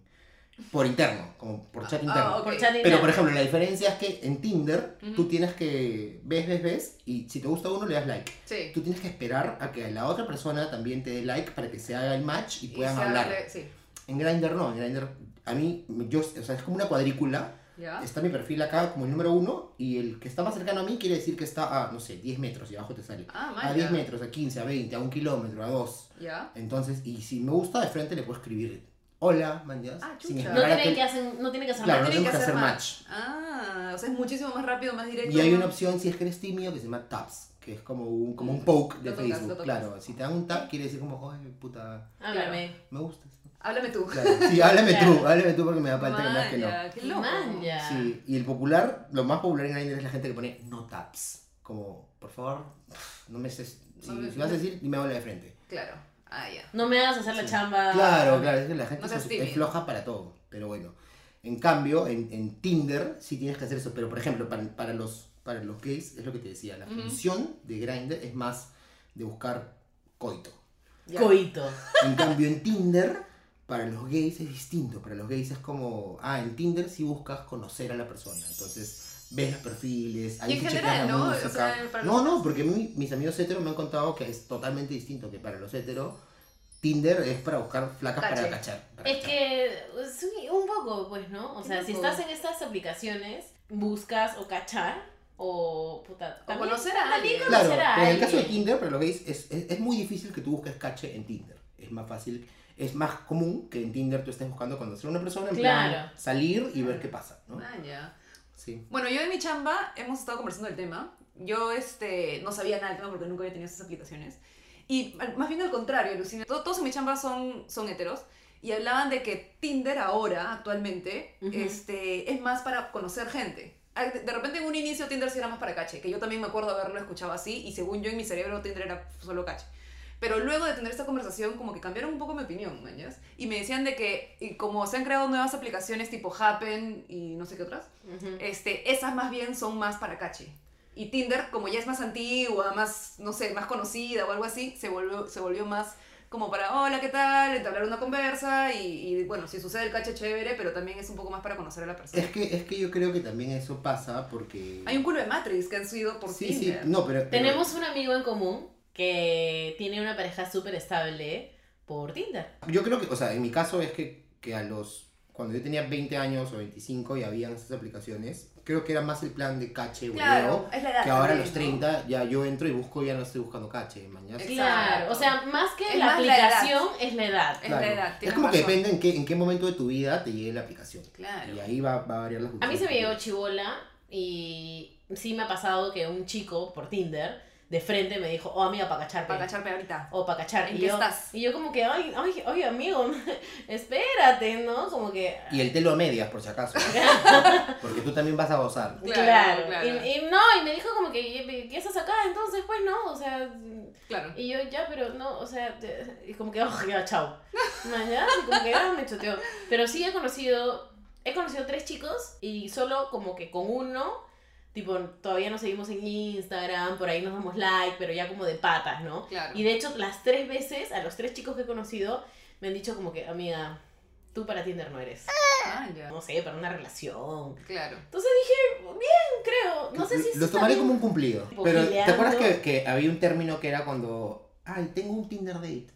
por interno, como por chat
Ah,
interno.
ok.
Por chat
Pero, por
interno.
ejemplo, la diferencia es que en Tinder
Ujú.
tú tienes que ves, ves, ves y si te gusta uno le das like.
Sí.
Tú tienes que esperar a que la otra persona también te dé like para que se haga el match y puedan
se
hablar.
hable- Sí.
En Grindr no, en Grindr a mí, yo, o sea, es como una cuadrícula.
¿Ya?
Está mi perfil acá como el número uno y el que está más cercano a mí quiere decir que está a, no sé, 10 metros y abajo te sale.
Ah,
A
man,
10
ya.
metros, a 15, a 20, a un kilómetro, a dos.
Ya.
Entonces, y si me gusta, de frente le puedo escribir, hola, man, ya",
Ah,
sin
chucha.
esperar
No
a
tienen
que-
que hacer, no tienen que hacer
Claro,
match.
no
tienen
tenemos que hacer match.
Ah, o Ah, sea, es muchísimo más rápido, más directo.
Y hay
¿no?
una opción si es que eres tímido que se llama Taps, que es como un, como un poke de
Lo tocas,
Facebook.
lo tocas.
claro, si te dan un tap, quiere decir como, oye, puta,
Háblame.
me gustas.
Háblame tú.
Claro, sí, háblame tú,
Claro.
háblame tú porque me da falta que me digas que no.
Manja, qué loco.
Manja.
Sí, y el popular, lo más popular en Grindr es la gente que pone no taps. Como, por favor, no me haces. Si,
No me-
si vas a decir, me habla de frente.
Claro. Ah, ya.
No me hagas hacer la
Sí.
chamba.
Claro, claro, es que la gente
No
es-
seas
es,
tímido.
floja para todo, pero bueno. En cambio, en, en Tinder sí tienes que hacer eso, pero por ejemplo, para, para los, para los gays, es lo que te decía, la
Ujú.
función de Grindr es más de buscar coito.
Ya.
Coito.
En cambio, en Tinder, para los gays es distinto. Para los gays es como, ah, en Tinder sí buscas conocer a la persona. Entonces, ves los perfiles, ahí
Y en
sí
general,
checas la
¿no? O
música.
sea, para
no,
los-
no, porque mi- mis amigos heteros me han contado que es totalmente distinto. Que para los heteros, Tinder es para buscar flacas
Cache.
para cachar. para
Es
cachar.
que sí, un poco, pues, ¿no? O
Un
sea, si
poco.
estás en estas aplicaciones, buscas o cachar o puta,
O
también-
conocer a
también
alguien.
Claro,
conocer a
pero en el caso de
alguien.
Tinder, para los gays, es, es, es muy difícil que tú busques cache en Tinder. Es más fácil, es más común que en Tinder tú estés buscando conocer a una persona, en plan,
Claro.
salir y ver qué pasa, ¿no?
Manja.
Sí.
Bueno, yo en mi chamba hemos estado conversando del tema. Yo este, no sabía nada del tema porque nunca había tenido esas aplicaciones. Y al- más bien al contrario, Lucina. Todos en mi chamba son, son heteros. Y hablaban de que Tinder ahora, actualmente,
Ujú.
este, es más para conocer gente. Ah, De de repente en un inicio Tinder sí era más para cache, que yo también me acuerdo haberlo escuchado así y según yo en mi cerebro Tinder era solo cache. Pero luego de tener esta conversación, como que cambiaron un poco mi opinión, mañas. Y me decían de que, y como se han creado nuevas aplicaciones tipo Happen y no sé qué otras,
Ujú.
este, esas más bien son más para cache. Y Tinder, como ya es más antigua, más, no sé, más conocida o algo así, se volvió, se volvió más como para, hola, ¿qué tal? Entablar una conversa y, y, bueno, si sucede el cache, chévere, pero también es un poco más para conocer a la persona.
Es que, es que yo creo que también eso pasa porque...
Hay un culo de Matrix que han subido por
Sí, sí,
Tinder.
no, pero... pero-
Tenemos un amigo en común que tiene una pareja súper estable por Tinder.
Yo creo que, o sea, en mi caso es que, que a los... Cuando yo tenía 20 años o 25 y habían esas aplicaciones, creo que era más el plan de cache,
Claro,
hueveo,
es la edad.
que ahora a
también,
los
¿no?
30 ya yo entro y busco, ya no estoy buscando cache, mañana.
Exacto.
Claro, o sea, más que
Es
la
más la edad.
aplicación es la edad.
Es la edad,
es
tienes
como que
razón.
depende en qué, en qué momento de tu vida te llegue la aplicación.
Claro.
Y ahí va, va a variar las
A mí se me llegó
funciones.
chibola y sí me ha pasado que un chico por Tinder de frente me dijo, oh amiga, para cachar.
Para cacharme ahorita.
O para cachar.
¿En
y
qué
yo,
estás?
Y yo como que, ay, ay, ay, amigo, espérate, ¿no? Como que...
Y el telo a medias, por si acaso. porque tú también vas a gozar.
Claro,
Claro,
claro.
Y, y no, y me dijo como que, "¿Y- ¿qué haces acá? Entonces, pues no, o sea,
Claro.
y yo ya, pero no, o sea, te- y como que, oh, ya, chao. Mañana, y como que, ah, me choteó. Pero sí he conocido, he conocido tres chicos y solo como que con uno, tipo, todavía nos seguimos en Instagram, por ahí nos damos like, pero ya como de patas, ¿no?
Claro.
Y de hecho, las tres veces, a los tres chicos que he conocido, me han dicho como que, amiga, tú para Tinder no eres.
Ah, ya.
No sé, para una relación.
Claro.
Entonces dije, bien, creo. No sé si eso
Lo
está
tomaré
bien.
como un cumplido.
Tipo,
Pero ¿te
gileando.
acuerdas que, que había un término que era cuando. Ay, tengo un Tinder date.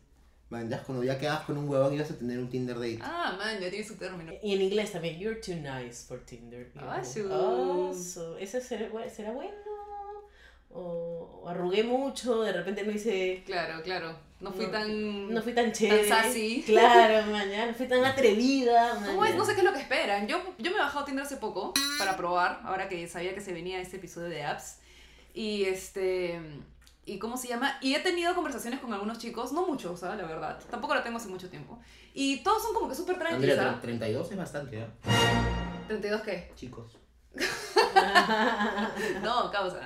Man, ya cuando ya quedabas con un huevón ibas a tener un Tinder date.
Ah, man, ya tiene su término.
Y en inglés también, you're too nice for Tinder. Y yo
Ah,
como,
su.
"Ah, su. ¿Ese será, bu- será bueno? O, o arrugué mucho, de repente no hice...
Claro, claro. No fui
No,
tan...
No fui tan chévere.
sassy.
Claro, mañana. No fui tan atrevida.
¿Cómo es? No sé qué es lo que esperan. Yo, yo me he bajado Tinder hace poco para probar, ahora que sabía que se venía este episodio de apps. Y este. ¿Y cómo se llama? Y he tenido conversaciones con algunos chicos, no muchos, ¿sabes? La verdad. Tampoco la tengo hace mucho tiempo. Y todos son como que súper
Andrea,
tranquilos. ¿ah?
tre- 32 es bastante, ¿eh?
¿32 qué?
Chicos.
No, causa.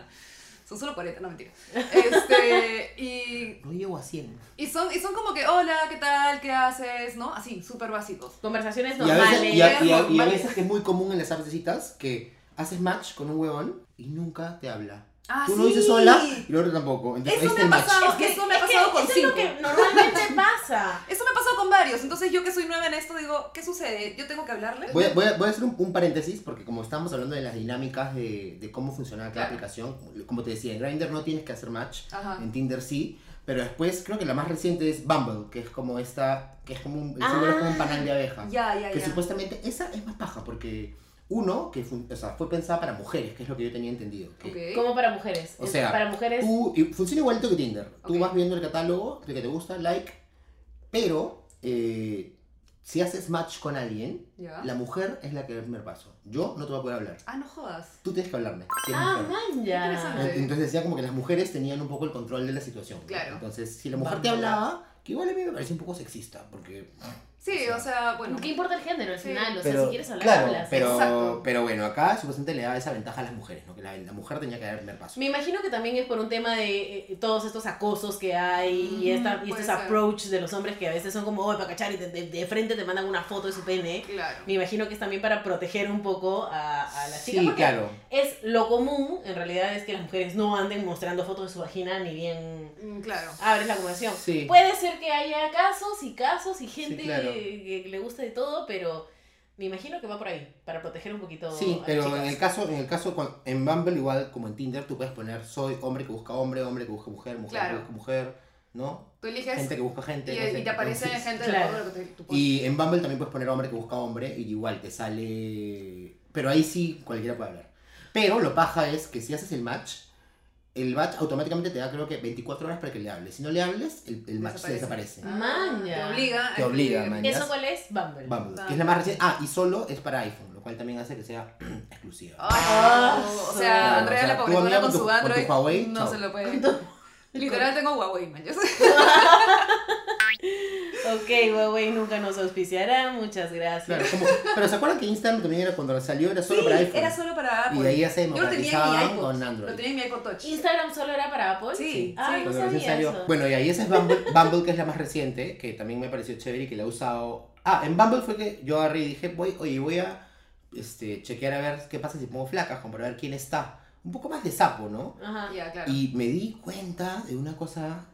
Son solo 40, no mentira. Este. Y.
No llego a 100.
Y son, y son como que, hola, ¿qué tal? ¿Qué haces? ¿No? Así, súper básicos.
Conversaciones
Y a, veces,
normales.
y,
¿eh?
a, y a- y a
normales.
veces que es muy común en las apps de citas que haces match con un huevón y nunca te habla.
Ah,
Tú no
sí.
dices hola y el otro tampoco. Entonces,
Eso me
ahí está
ha
el match.
pasado.
Es que
Eso me ha
es que
pasado con
eso
cinco.
es lo que normalmente pasa.
Eso me ha pasado con varios, entonces yo que soy nueva en esto digo, ¿qué sucede? ¿Yo tengo que hablarle?
Voy a, voy a- voy a hacer un, un paréntesis porque como estamos hablando de las dinámicas de, de cómo funciona cada
Claro.
aplicación, como te decía, en Grindr no tienes que hacer match,
Ajá.
en Tinder sí, pero después creo que la más reciente es Bumble, que es como esta, que es como un, el símbolo es como un panal de abeja,
Ah, Ya, ya,
que
ya.
supuestamente esa es más paja porque uno que fun- o sea, fue pensada para mujeres, que es lo que yo tenía entendido. que
Ok.
Como para mujeres.
O sea,
para mujeres.
Tú, y funciona igualito que Tinder. Tú
Ok.
vas viendo el catálogo, lo que te gusta, like, pero eh, si haces match con alguien,
¿Ya?
la mujer es la que da el primer paso. Yo no te voy a poder hablar.
Ah, no jodas.
Tú tienes que hablarme. si eres
Ah,
mujer.
manja.
Interesante.
Eh, Entonces decía como que las mujeres tenían un poco el control de la situación. ¿no?
Claro.
Entonces, si la mujer te
Vamos.
hablaba, que igual a mí me parecía un poco sexista, porque...
Sí, o sea, bueno.
¿Qué importa el género al
Sí.
final? O sea,
pero,
si quieres hablar,
claro,
hablas.
pero,
Exacto.
pero bueno, acá supuestamente le daba esa ventaja a las mujeres, ¿no? Que la, la mujer tenía que dar el primer paso.
Me imagino que también es por un tema de eh, todos estos acosos que hay y,
Mm,
esta, y
puede
estos
ser.
approach de los hombres que a veces son como, oh, para cachar y de, de- de frente te mandan una foto de su pene.
Claro.
Me imagino que es también para proteger un poco a, a las chicas.
sí,
porque
claro.
Es lo común, en realidad, es que las mujeres no anden mostrando fotos de su vagina ni bien
Mm, Claro.
abres la conversación.
Sí.
Puede ser que haya casos y casos y gente
Sí, claro.
que, que le gusta de todo, pero me imagino que va por ahí, para proteger un poquito a
Sí,
las
pero en
chicas.
el caso, en el caso cuan- en Bumble igual como en Tinder tú puedes poner soy hombre que busca hombre, hombre que busca mujer, mujer
Claro.
que busca mujer, ¿no?
Tú eliges
Gente que busca
y,
gente. no sé.
y te aparece
Entonces-
gente
Claro.
de todo lo que te- tú pones.
Y en Bumble también puedes poner hombre que busca hombre y igual te sale... Pero ahí sí cualquiera puede hablar. Pero lo paja es que si haces el match, el match automáticamente te da creo que 24 horas para que le hables. Si no le hables, el, el match se desaparece.
Ah,
Maña.
Te obliga. a
Te obliga,
escribir.
maña.
¿Eso cuál es? Bumble.
Bumble, que es la más reciente. Ah, y solo es para iPhone, lo cual también hace que sea exclusiva.
Ay, no. o
Claro,
sea, Andrea
o sea,
la
tú
pobretona
hablas
con
con tu-
su
con tu
Android
Huawei,
no
chao.
se lo puede. Literal tengo Huawei, man. Yo sé.
Ok, Huawei nunca nos auspiciará, muchas gracias.
Claro, como- pero ¿se acuerdan que Instagram también era cuando salió? Era solo para iPhone.
Era solo para
Y
Apple.
de ahí ya se
Yo lo tenía en mi
democratizaban
iPod.
con Android.
Lo tenía en mi iPod Touch.
¿Instagram solo era para Apple?
Sí,
Ah,
sí.
no
Cuando recién
sabía
salió.
eso.
Bueno, y ahí esa es Bumble, Bumble, que es la más reciente, que también me pareció chévere y que la he usado. Ah, en Bumble fue que yo agarré y dije, voy, oye, voy a este, chequear a ver qué pasa si pongo flacas, como para ver quién está. Un poco más de sapo, ¿no?
Ajá.
Ya, claro.
Y me di cuenta de una cosa,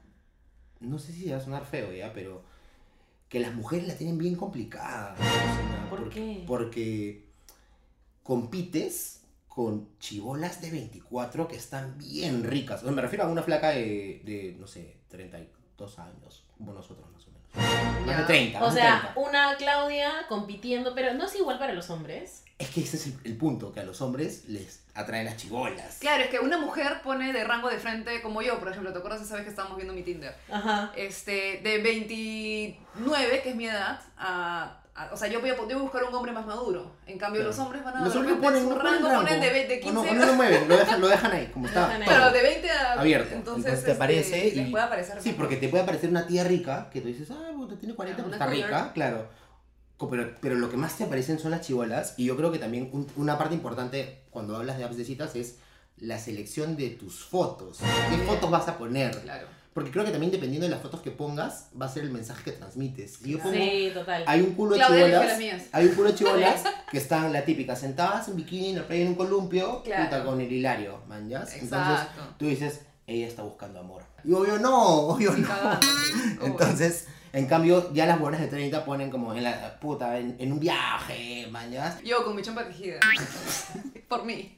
no sé si va a sonar feo ya, pero que las mujeres la tienen bien complicada. O sea,
¿Por
porque-
qué?
Porque compites con chibolas de 24 que están bien ricas. O sea, me refiero a una flaca de, de, no sé, 32 años, como nosotros más o menos. Más de
Ya.
30,
O
más de
sea,
30.
una Claudia compitiendo, pero no es igual para los hombres.
Es que ese es el, el punto, que a los hombres les atraen las chibolas.
Claro, es que una mujer pone de rango de frente, como yo, por ejemplo, ¿te acuerdas esa vez que estábamos viendo mi Tinder?
Ajá.
Este, de 29, que es mi edad, a, a- o sea, yo voy, a, yo voy a buscar un hombre más maduro. En cambio,
Claro.
los hombres van a
Los
de
hombres
repente
ponen,
su
no ponen
rango,
rango.
ponen de, ve- de
O
15
no, o no lo mueven, lo dejan, lo dejan ahí, como
Lo
está.
dejan ahí.
todo.
Pero de 20 a Entonces,
Abierto. Entonces
este,
te aparece
les
y-
puede aparecer.
Sí,
más.
porque te puede aparecer una tía rica que tú dices, ah, bueno, tiene 40, pero
Una
está
cooler.
rica, claro. Co- Pero, pero lo que más te aparecen son las chivolas y yo creo que también un- una parte importante cuando hablas de apps de citas es la selección de tus fotos. ¿Qué fotos vas a poner?
Claro.
Porque creo que también dependiendo de las fotos que pongas va a ser el mensaje que transmites. Si yo pongo,
Sí, total.
hay un culo de
Claudia eligió
chibolas,
las mías.
hay un culo de chibolas que están la típica sentadas en bikini en la playa en un columpio,
Claro.
puta, con el hilario, man, ¿ya? Entonces
Exacto.
tú dices, ella está buscando amor. Y obvio no, obvio
Sin
no.
cagando. pues,
Entonces, en cambio, ya las buenas de 30 ponen como en la puta, en, en un viaje, mañas.
Yo con mi chompa tejida. Por mí.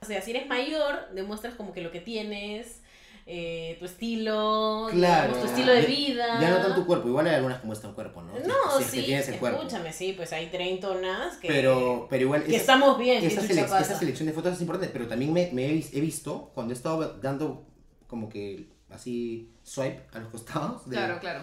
O sea, si eres mayor, demuestras como que lo que tienes, eh, tu estilo,
Claro.
digamos, tu estilo de
Ya-
vida.
Ya no tanto tu cuerpo, igual hay algunas como está un cuerpo, ¿no?
No,
Si es
sí,
que tienes el cuerpo.
escúchame, sí, pues hay treintonas que,
Pero, pero igual.
que
esas-
estamos bien, que
esa,
chucha
selec-
pasa.
esa selección de fotos es importante, pero también me, me he, vis- he visto cuando he estado dando como que así swipe a los costados de,
Claro, claro.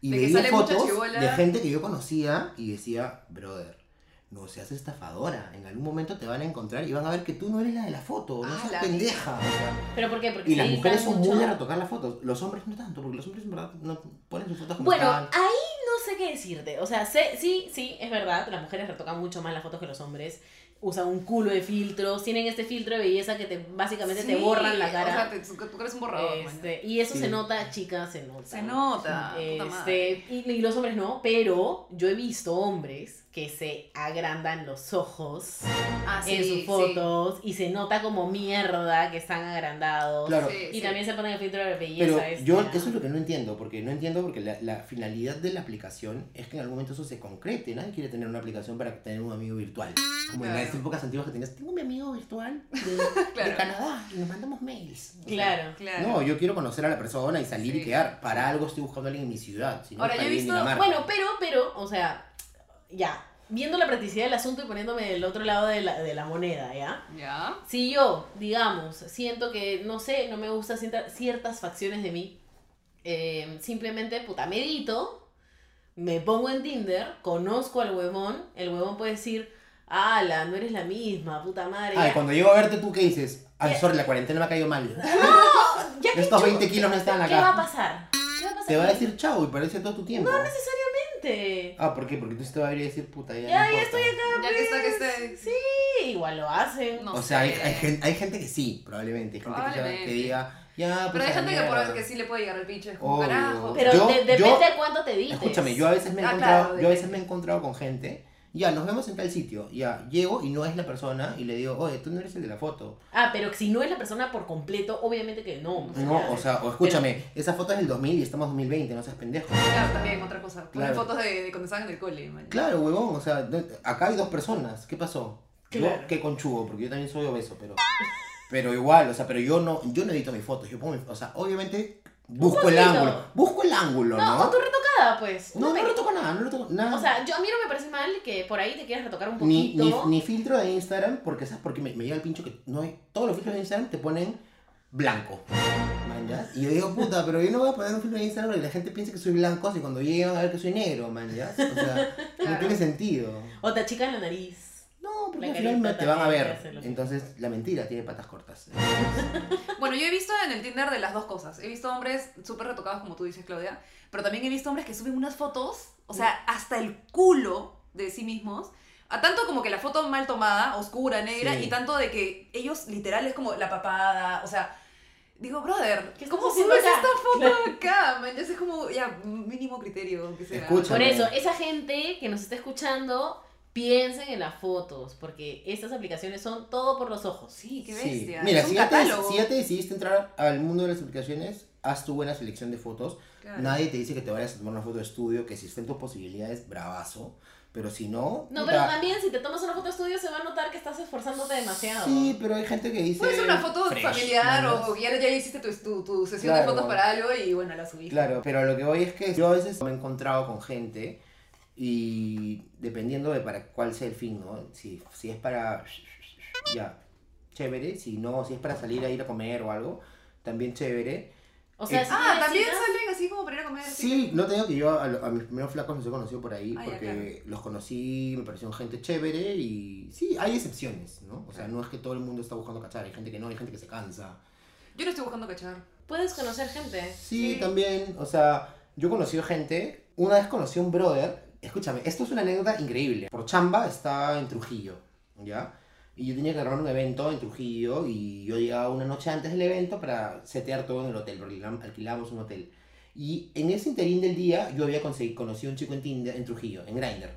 y
de que
veía
sale mucha
fotos
chibola.
de gente que yo conocía y decía, brother, no seas estafadora, en algún momento te van a encontrar y van a ver que tú no eres la de la foto, no
Ah,
seas
la
pendeja. o sea.
¿Pero por qué? Porque
Y
se
las
dedican
mujeres son
mucho-
muy de retocar las fotos, los hombres no tanto, porque los hombres en verdad no ponen sus fotos como
Bueno, ahí
están.
ah,
no sé qué decirte. O sea, sé- sí, sí, es verdad. Las mujeres retocan mucho más las fotos que los hombres. Usan un culo de filtros. Tienen este filtro de belleza que te, básicamente te
Sí,
borran la cara.
O sea, te- tú eres un borrador. maña.
Este, y eso
Sí.
se nota, chicas, se nota.
Se nota. puta madre.
Este, y, y los hombres no, pero yo he visto hombres que se agrandan los ojos
Ah, sí,
en sus
sí.
fotos y se nota como mierda que están agrandados.
Claro,
Sí,
Y
sí.
también se ponen el filtro de belleza.
Pero
este,
yo
ah.
eso es lo que no entiendo, porque no entiendo porque la, la finalidad de la aplicación es que en algún momento eso se concrete. Nadie quiere tener una aplicación para tener un amigo virtual. Como en las
Claro.
épocas antiguas que tenías, tengo mi amigo virtual de,
Claro.
de Canadá y nos mandamos mails. O sea,
Claro.
Claro.
No, yo quiero conocer a la persona y salir y
Sí.
quedar. Para algo estoy buscando a alguien en mi ciudad. Si no,
Ahora, yo he
estaría en
visto-
Dinamarca.
Bueno, pero, pero, o sea, ya, viendo la practicidad del asunto y poniéndome del otro lado de la, de la moneda, ¿ya?
Ya.
Si yo, digamos, siento que, no sé, no me gustan ciertas facciones de mí, eh, simplemente, puta, medito, me pongo en Tinder, conozco al huevón, el huevón puede decir, ala, no eres la misma, puta madre.
Ay,
ya".
Ah, cuando llego a verte, ¿tú qué dices? Ay, sorry, la cuarentena me ha caído mal.
Ya que
Estos
chu-
20 kilos no estaban
¿Qué
acá.
va a pasar? ¿Qué va a pasar?
Te va a decir chao y parece todo tu tiempo.
No necesariamente.
Ah, ¿por qué? Porque tú sí te va a ir a decir puta. Ya,
Ya,
no
ya
importa.
estoy acá.
Ya que está, que
pues.
esté.
Sí, igual lo hacen.
No
O sea, hay,
sé.
hay gen- hay gente que sí, probablemente. Hay gente que ya- que,
Probablemente.
diga, ya, pues,
Pero hay
a la
gente que por
mierda.
que sí le puede llegar al bicho. Es como
Obvio.
carajo.
Pero
Yo-
de-
yo-
depende de cuánto te dices.
Escúchame, yo a veces me he
Ah,
encontrado,
claro,
yo a
depende.
veces me he encontrado con gente, ya, nos vemos en tal sitio, ya, llego y no es la persona y le digo, oye, tú no eres el de la foto.
Ah, pero si no es la persona por completo, obviamente que no.
No, o sea, o escúchame, esa foto es del 2000 y estamos 2020, no seas pendejo.
Claro, también otra cosa. Ponen
Claro.
fotos de, de cuando estaban en el cole. man.
Claro, huevón, o sea, no- acá hay dos personas, ¿qué pasó? Yo
Claro.
que conchugo, porque yo también soy obeso, pero pero igual, o sea, pero yo no yo no edito mis fotos, yo pongo, mis- o sea, obviamente busco el
poquito.
ángulo, busco el ángulo,
No,
¿no?
o tu retocada, pues.
No,
Una
no
pe-
retoco nada, no retoco nada.
O sea, yo a mí no me parece mal que por ahí te quieras retocar un
ni,
poquito.
ni, ni filtro de Instagram, porque sabes porque me, me llega el pincho que no hay. Todos los filtros de Instagram te ponen blanco. man, ¿ya? Y yo digo, puta, pero yo no voy a poner un filtro de Instagram porque la gente piensa que soy blanco y cuando lleguen van a ver que soy negro, man, ¿ya? O sea, no
Claro.
tiene sentido.
O te achican la nariz.
No, porque
La
al final
carita
me- te van a
también
ver.
hace lo mismo.
Entonces, la mentira tiene patas cortas.
Bueno, yo he visto en el Tinder de las dos cosas. He visto hombres súper retocados, como tú dices, Claudia. Pero también he visto hombres que suben unas fotos, o sea,
Mm.
hasta el culo de sí mismos. A tanto como que la foto mal tomada, oscura, negra,
Sí.
y tanto de que ellos literal es como la papada, o sea. Digo, brother,
¿Qué
¿cómo
estás haciendo
subes
acá?
esta foto acá? Man, ya es como, ya, mínimo criterio que sea.
Escucha.
Por
También.
eso, esa gente que nos está escuchando, piensen en las fotos, porque estas aplicaciones son todo por los ojos.
Sí, qué
Sí.
bestia.
Mira,
es un
si ya, te,
catálogo.
si ya te decidiste entrar al mundo de las aplicaciones, haz tu buena selección de fotos.
Claro.
Nadie te dice que te vayas a tomar una foto de estudio, que si estén tus posibilidades, bravazo. Pero si no.
No,
puta,
pero también si te tomas una foto de estudio se va a notar que estás esforzándote demasiado.
Sí, pero hay gente que dice.
Puede ser una foto
fresh,
familiar
¿no?
o ya, ya hiciste tu, tu, tu sesión
Claro.
de fotos para algo y bueno, la subiste.
Claro, pero a lo que voy es que yo a veces me he encontrado con gente y dependiendo de para cuál sea el fin, ¿no? Si, si es para. Ya, chévere. Si no, si es para salir a ir a comer o algo, también chévere.
O sea,
Eh,
si
Ah,
tienes
también
citas-
salen así como para ir a comer. así?
Sí, no tengo que yo a, lo- a mis primeros flacos los he conocido por ahí
Ah, ya,
porque
claro.
los conocí, me parecieron gente chévere y sí, hay excepciones, ¿no? O sea, no es que todo el mundo está buscando cachar, hay gente que no, hay gente que se cansa.
Yo no estoy buscando cachar.
puedes conocer gente.
Sí,
Sí.
también, o sea, yo he conocido gente, una vez conocí a un brother, escúchame, esto es una anécdota increíble. Por chamba estaba en Trujillo, ¿ya? Y yo tenía que armar un evento en Trujillo y yo llegaba una noche antes del evento para setear todo en el hotel, porque alquilam- alquilábamos un hotel. Y en ese interín del día yo había conseguido, conocido a un chico en Tinder, en Trujillo, en Grindr.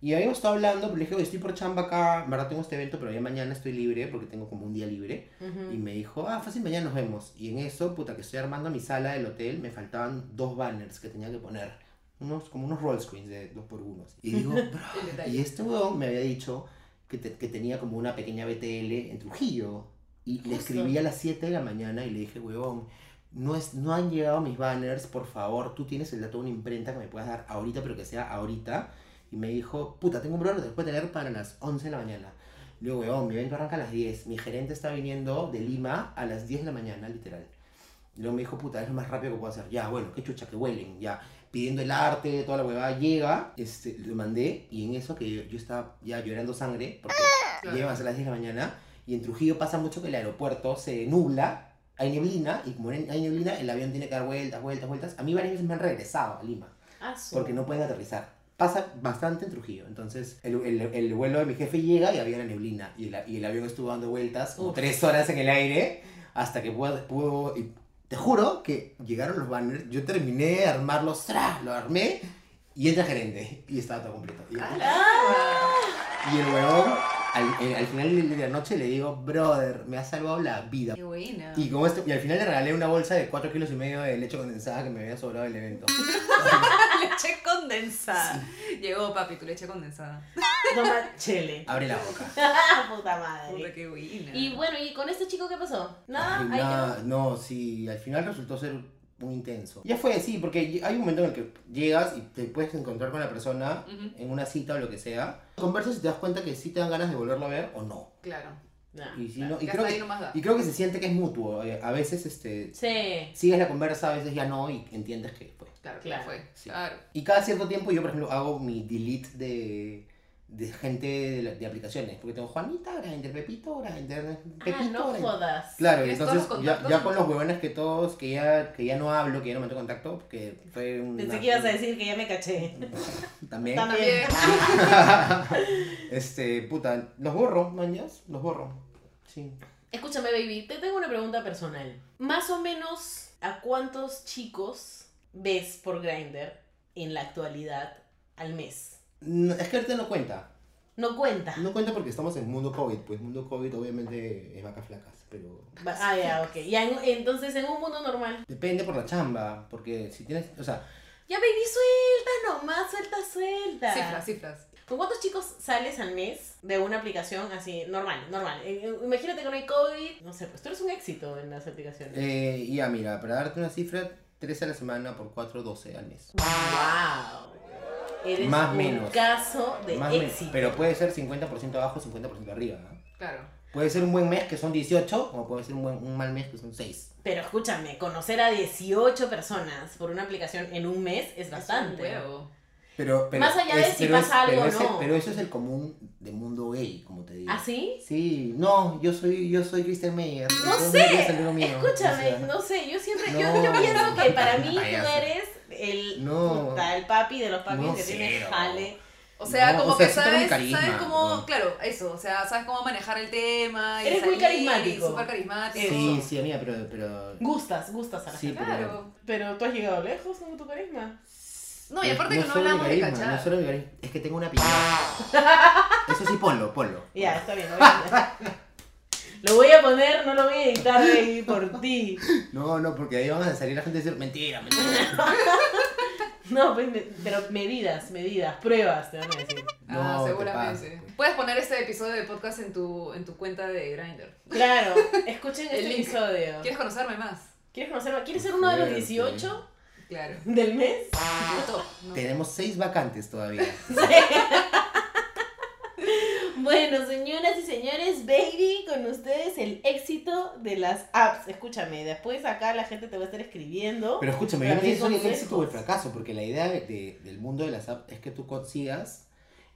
Y habíamos estado hablando, pero le dije, "Oye, estoy por chamba acá, en verdad tengo este evento, pero ya mañana estoy libre porque tengo como un día libre.
Ujú.
Y me dijo, ah, fácil, mañana nos vemos. Y en eso, puta, que estoy armando mi sala del hotel, me faltaban dos banners que tenía que poner. Unos, como unos roll screens de dos por uno. así. Y digo, "Bro".
El detalle.
y este huevón me había dicho que, te- que tenía como una pequeña BTL en Trujillo. Y le
Justo.
escribí a las 7 de la mañana y le dije, huevón, no, es, no han llegado mis banners, por favor, tú tienes el dato de una imprenta que me puedas dar ahorita, pero que sea ahorita. Y me dijo, puta, tengo un brother, te lo puedo tener para las 11 de la mañana. Luego, weón, mi evento arranca a las 10. Mi gerente está viniendo de Lima a las 10 de la mañana, literal. Luego me dijo, puta, es lo más rápido que puedo hacer. Ya, bueno, qué chucha, que huelen, ya. Pidiendo el arte, toda la huevada, llega, este, lo mandé, y en eso que yo, yo estaba ya llorando sangre, porque
Claro.
llegan a ser las 10 de la mañana, y en Trujillo pasa mucho que el aeropuerto se nubla, hay neblina, y como hay neblina, el avión tiene que dar vueltas, vueltas, vueltas. A mí varias veces me han regresado a Lima
Ah, su-
porque no pueden aterrizar. Pasa bastante en Trujillo. Entonces, el, el- el vuelo de mi jefe llega y había una neblina. Y el, y el avión estuvo dando vueltas como
Uf.
tres horas en el aire hasta que pudo. pudo- y te juro que llegaron los banners. Yo terminé de armarlos, ¡tra! lo armé y entra el gerente. Y estaba todo completo. Y,
Ah, la-
y el huevón, al, el- al final de la noche le digo, brother, me has salvado la vida.
Qué buena.
Y, como esto, y al final le regalé una bolsa de 4 kilos y medio de leche condensada que me había sobrado del evento.
leche condensada. Llegó, papi, tu leche condensada.
Toma chele.
Abre la boca.
Ah, Puta madre.
Puta, qué buena.
Y bueno, ¿y con este chico qué pasó? Nada,
Ay,
ahí
nada, no, sí, al final resultó ser muy intenso. Ya fue así, porque ll- hay un momento en el que llegas y te puedes encontrar con la persona
Ujú,
en una cita o lo que sea. Conversas y te das cuenta que sí te dan ganas de volverlo a ver o no.
Claro.
quedó. Nah.
Y, si no- y
que
creo,
hasta ahí
que,
nomás da.
y creo que se siente que es mutuo. eh, A veces este,
Sí.
sigues la conversa, a veces ya no y entiendes que fue.
Claro,
Claro.
claro. Fue.
Sí.
Claro.
Y cada cierto tiempo yo, por ejemplo, hago mi delete de, de gente de, la- de aplicaciones. Porque tengo Juanita, Grindr, Pepito, Grindr, Pepito.
Ah, no
Grindr.
jodas.
Claro, y
¿Tienes
entonces
todos los
ya,
contactos?
ya con los huevones que todos, que ya, que ya no hablo, que ya no meto contacto, porque fue un...
Pensé que ibas a decir que ya me caché.
También.
También.
También.
este, puta, los borro, mañas, los borro. Sí.
Escúchame, baby, te tengo una pregunta personal. Más o menos, ¿a cuántos chicos ves por Grinder en la actualidad al mes?
No, es que ahorita no cuenta.
No cuenta.
No cuenta porque estamos en mundo COVID. Pues mundo COVID obviamente es vacas flacas, pero...
Va- Ah, ya, ok. Ya en- entonces, en un mundo normal.
Depende por la chamba, porque si tienes, o sea,
Ya, baby, suelta nomás, suelta, suelta.
Cifras, cifras.
¿Con cuántos chicos sales al mes de una aplicación así, normal, normal? Eh, eh, Imagínate que no hay COVID. No sé, pues tú eres un éxito en las aplicaciones.
eh, ya mira, para darte una cifra, 3 a la semana por 4, 12 al mes.
¡Wow! Eres
Más
un
menos.
caso de
Más o menos.
éxito.
Pero puede ser 50% abajo, 50% arriba. ¿no?
Claro.
Puede ser un buen mes que son 18, o puede ser un, buen- un mal mes que son 6.
Pero escúchame, conocer a 18 personas por una aplicación en un mes es bastante.
Es un huevo.
Pero, pero
Más allá de si
pero
pasa algo
pero
o
ese-
no.
Pero eso es el común del mundo gay, como te digo.
¿Ah, sí?
Sí, no, yo soy, yo soy Christian Meyer.
No
Yo
sé,
me quería salir lo mío,
Escúchame,
o sea,
no sé, yo siempre,
No.
yo, yo pienso que para mí tú
Payaso.
eres el,
No.
puta, el papi de los papis
No,
que tiene
cero.
jale.
O sea,
No,
como
o sea,
que
sí tengo
sabes,
un carisma,
sabes cómo,
¿no?
claro, eso, o sea, sabes cómo manejar el tema. y
Eres muy
salir,
carismático.
y Súper carismático.
Sí, sí, amiga, pero... pero...
Gustas, gustas a la
Sí,
gente.
Claro.
Pero tú has llegado lejos con tu carisma.
eh,
No, y aparte que no
solo el
hablamos de
carisma,
cachar.
No solo el carisma, es que tengo una piñata. Eso sí, ponlo, ponlo.
Ya, está bien, obviamente. Lo voy a poner, no lo voy a editar ahí por ti.
No, no, porque ahí van a salir la gente a decir, mentira, mentira.
Ah, No, pues, me- pero medidas, medidas, pruebas, te van a decir.
No,
ah,
te
seguramente.
pases.
Puedes poner este episodio de podcast en tu, en tu cuenta de Grindr.
Claro, escuchen
El
este
link.
episodio.
¿Quieres conocerme más?
¿Quieres conocerlo? ¿Quieres ser uno de los
Fuerte.
18
Claro.
del mes?
Yo top, ¿no?
Tenemos seis vacantes todavía.
Bueno, señoras y señores, baby, con ustedes el éxito de las apps. Escúchame, después acá la gente te va a estar escribiendo.
Pero escúchame, yo
Pero
no sé si
aquí son
soy el
consejos.
éxito o el fracaso, porque la idea de- de- del mundo de las apps es que tú consigas.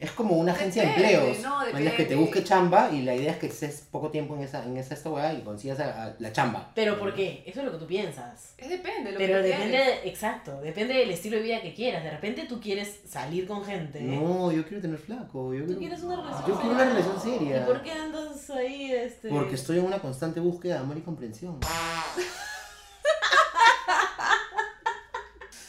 Es como una agencia
Depende,
de empleos.
no,
mañas que te
depende.
busque chamba y la idea es que estés poco tiempo en esa, en esa esta weá y consigas a- a la chamba.
Pero ¿por qué? Eso es lo que tú piensas.
Es depende, lo
Pero
que tú
depende,
quieras.
exacto, depende del estilo de vida que quieras. De repente tú quieres salir con gente.
No, yo quiero tener flaco. Yo
Tú
quiero-
quieres una relación
Yo quiero una
seria.
relación seria.
¿Y por qué andas ahí? Este...
Porque estoy en una constante búsqueda de amor y comprensión.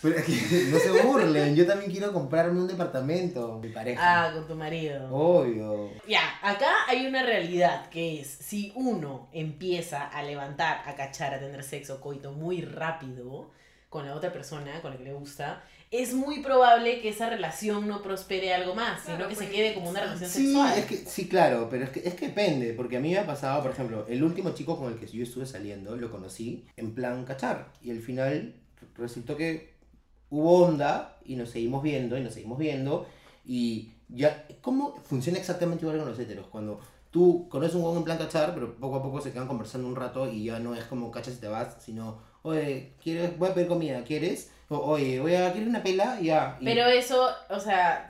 Pero es que no se burlen, yo también quiero comprarme un departamento, mi pareja.
Ah, con tu marido.
Oh. Obvio.
Ya, acá hay una realidad que es, si uno empieza a levantar, a cachar, a tener sexo coito muy rápido con la otra persona, con la que le gusta, es muy probable que esa relación no prospere algo más, sino
Claro,
que se
pues.
quede como una relación
Sí,
sexual.
es que, sí, claro, pero es que, es que depende, porque a mí me ha pasado, por ejemplo, el último chico con el que yo estuve saliendo, lo conocí en plan cachar, y al final resultó que hubo onda, y nos seguimos viendo, y nos seguimos viendo, y ya, ¿cómo funciona exactamente igual con los heteros? Cuando tú conoces un huevón en plan cachar, pero poco a poco se quedan conversando un rato, y ya no es como cachas y te vas, sino, oye, ¿quieres? voy a pedir comida, ¿quieres? O, oye, voy a, ¿quieres una pela? Y Ya, y
Pero eso, o sea,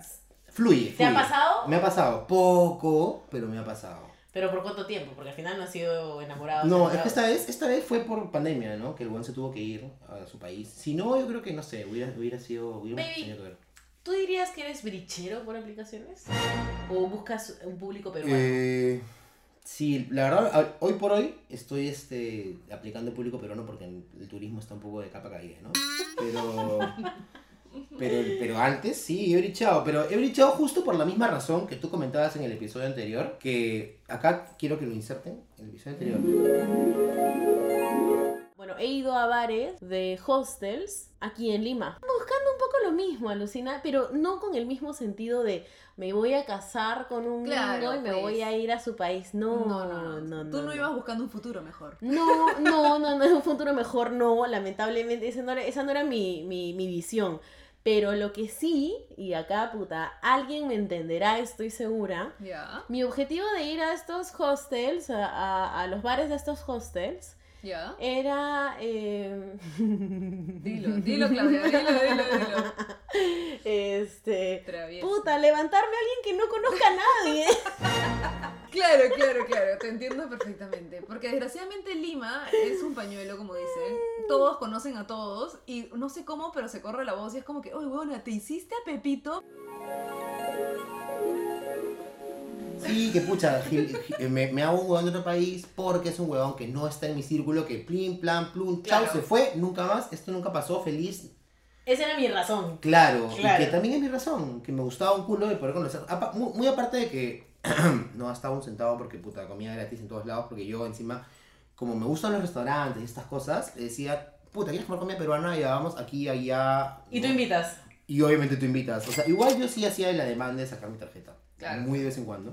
fluye,
¿te ha
fluye.
pasado?
Me ha pasado poco, pero me ha pasado.
Pero por cuánto tiempo, porque al final no has sido enamorado.
No,
enamorado.
es que esta vez, esta vez fue por pandemia, ¿no? Que el buen se tuvo que ir a su país. Si no, yo creo que no sé, hubiera, hubiera sido. Hubiera
Baby.
tenido que ver.
¿Tú dirías que eres brichero por aplicaciones? ¿O buscas un público peruano?
Eh, sí, la verdad, a- hoy por hoy estoy este, aplicando público peruano porque el turismo está un poco de capa caída, ¿no? Pero. Pero, pero antes sí, he brichado, pero he brichado justo por la misma razón que tú comentabas en el episodio anterior, que acá quiero que lo inserten, en el episodio anterior.
Bueno, he ido a bares de hostels aquí en Lima, buscando un poco lo mismo, alucina, pero no con el mismo sentido de me voy a casar con un
Claro,
gringo y me
pues.
voy a ir a su país. No,
No, no, no. Tú no ibas buscando un futuro mejor.
No, no, no, no, un futuro mejor, no, lamentablemente, esa no era, esa no era mi, mi, mi visión. Pero lo que sí, y acá, puta, alguien me entenderá, estoy segura,
Ya.
mi objetivo de ir a estos hostels, a, a- a los bares de estos hostels,
¿Ya?
Era. eh,
Dilo, dilo, Claudia, dilo, dilo, dilo.
Este.
Travieso.
Puta, levantarme a alguien que no conozca a nadie.
Claro, claro, claro, te entiendo perfectamente. Porque desgraciadamente Lima es un pañuelo, como dicen. Todos conocen a todos y no sé cómo, pero se corre la voz y es como que, oye, huevona, ¿te hiciste a Pepito?
Sí, que pucha, gil- gil- me, me hago un huevón de otro país porque es un huevón que no está en mi círculo, que plin, plan, plum, chao,
Claro.
se fue, nunca más, esto nunca pasó, feliz,
Esa era mi razón.
claro.
Claro.
Y que también es mi razón, que me gustaba un culo de poder conocer. Apa- Muy, muy aparte de que no gastaba un centavo porque puta, comía gratis en todos lados, porque yo encima, como me gustan los restaurantes y estas cosas, le decía, puta, ¿quieres comer comida peruana? Y vamos aquí, allá.
Y tú
¿no?
invitas.
Y obviamente tú invitas. O sea, igual yo sí hacía la demanda de sacar mi tarjeta.
Claro.
Muy de vez en cuando.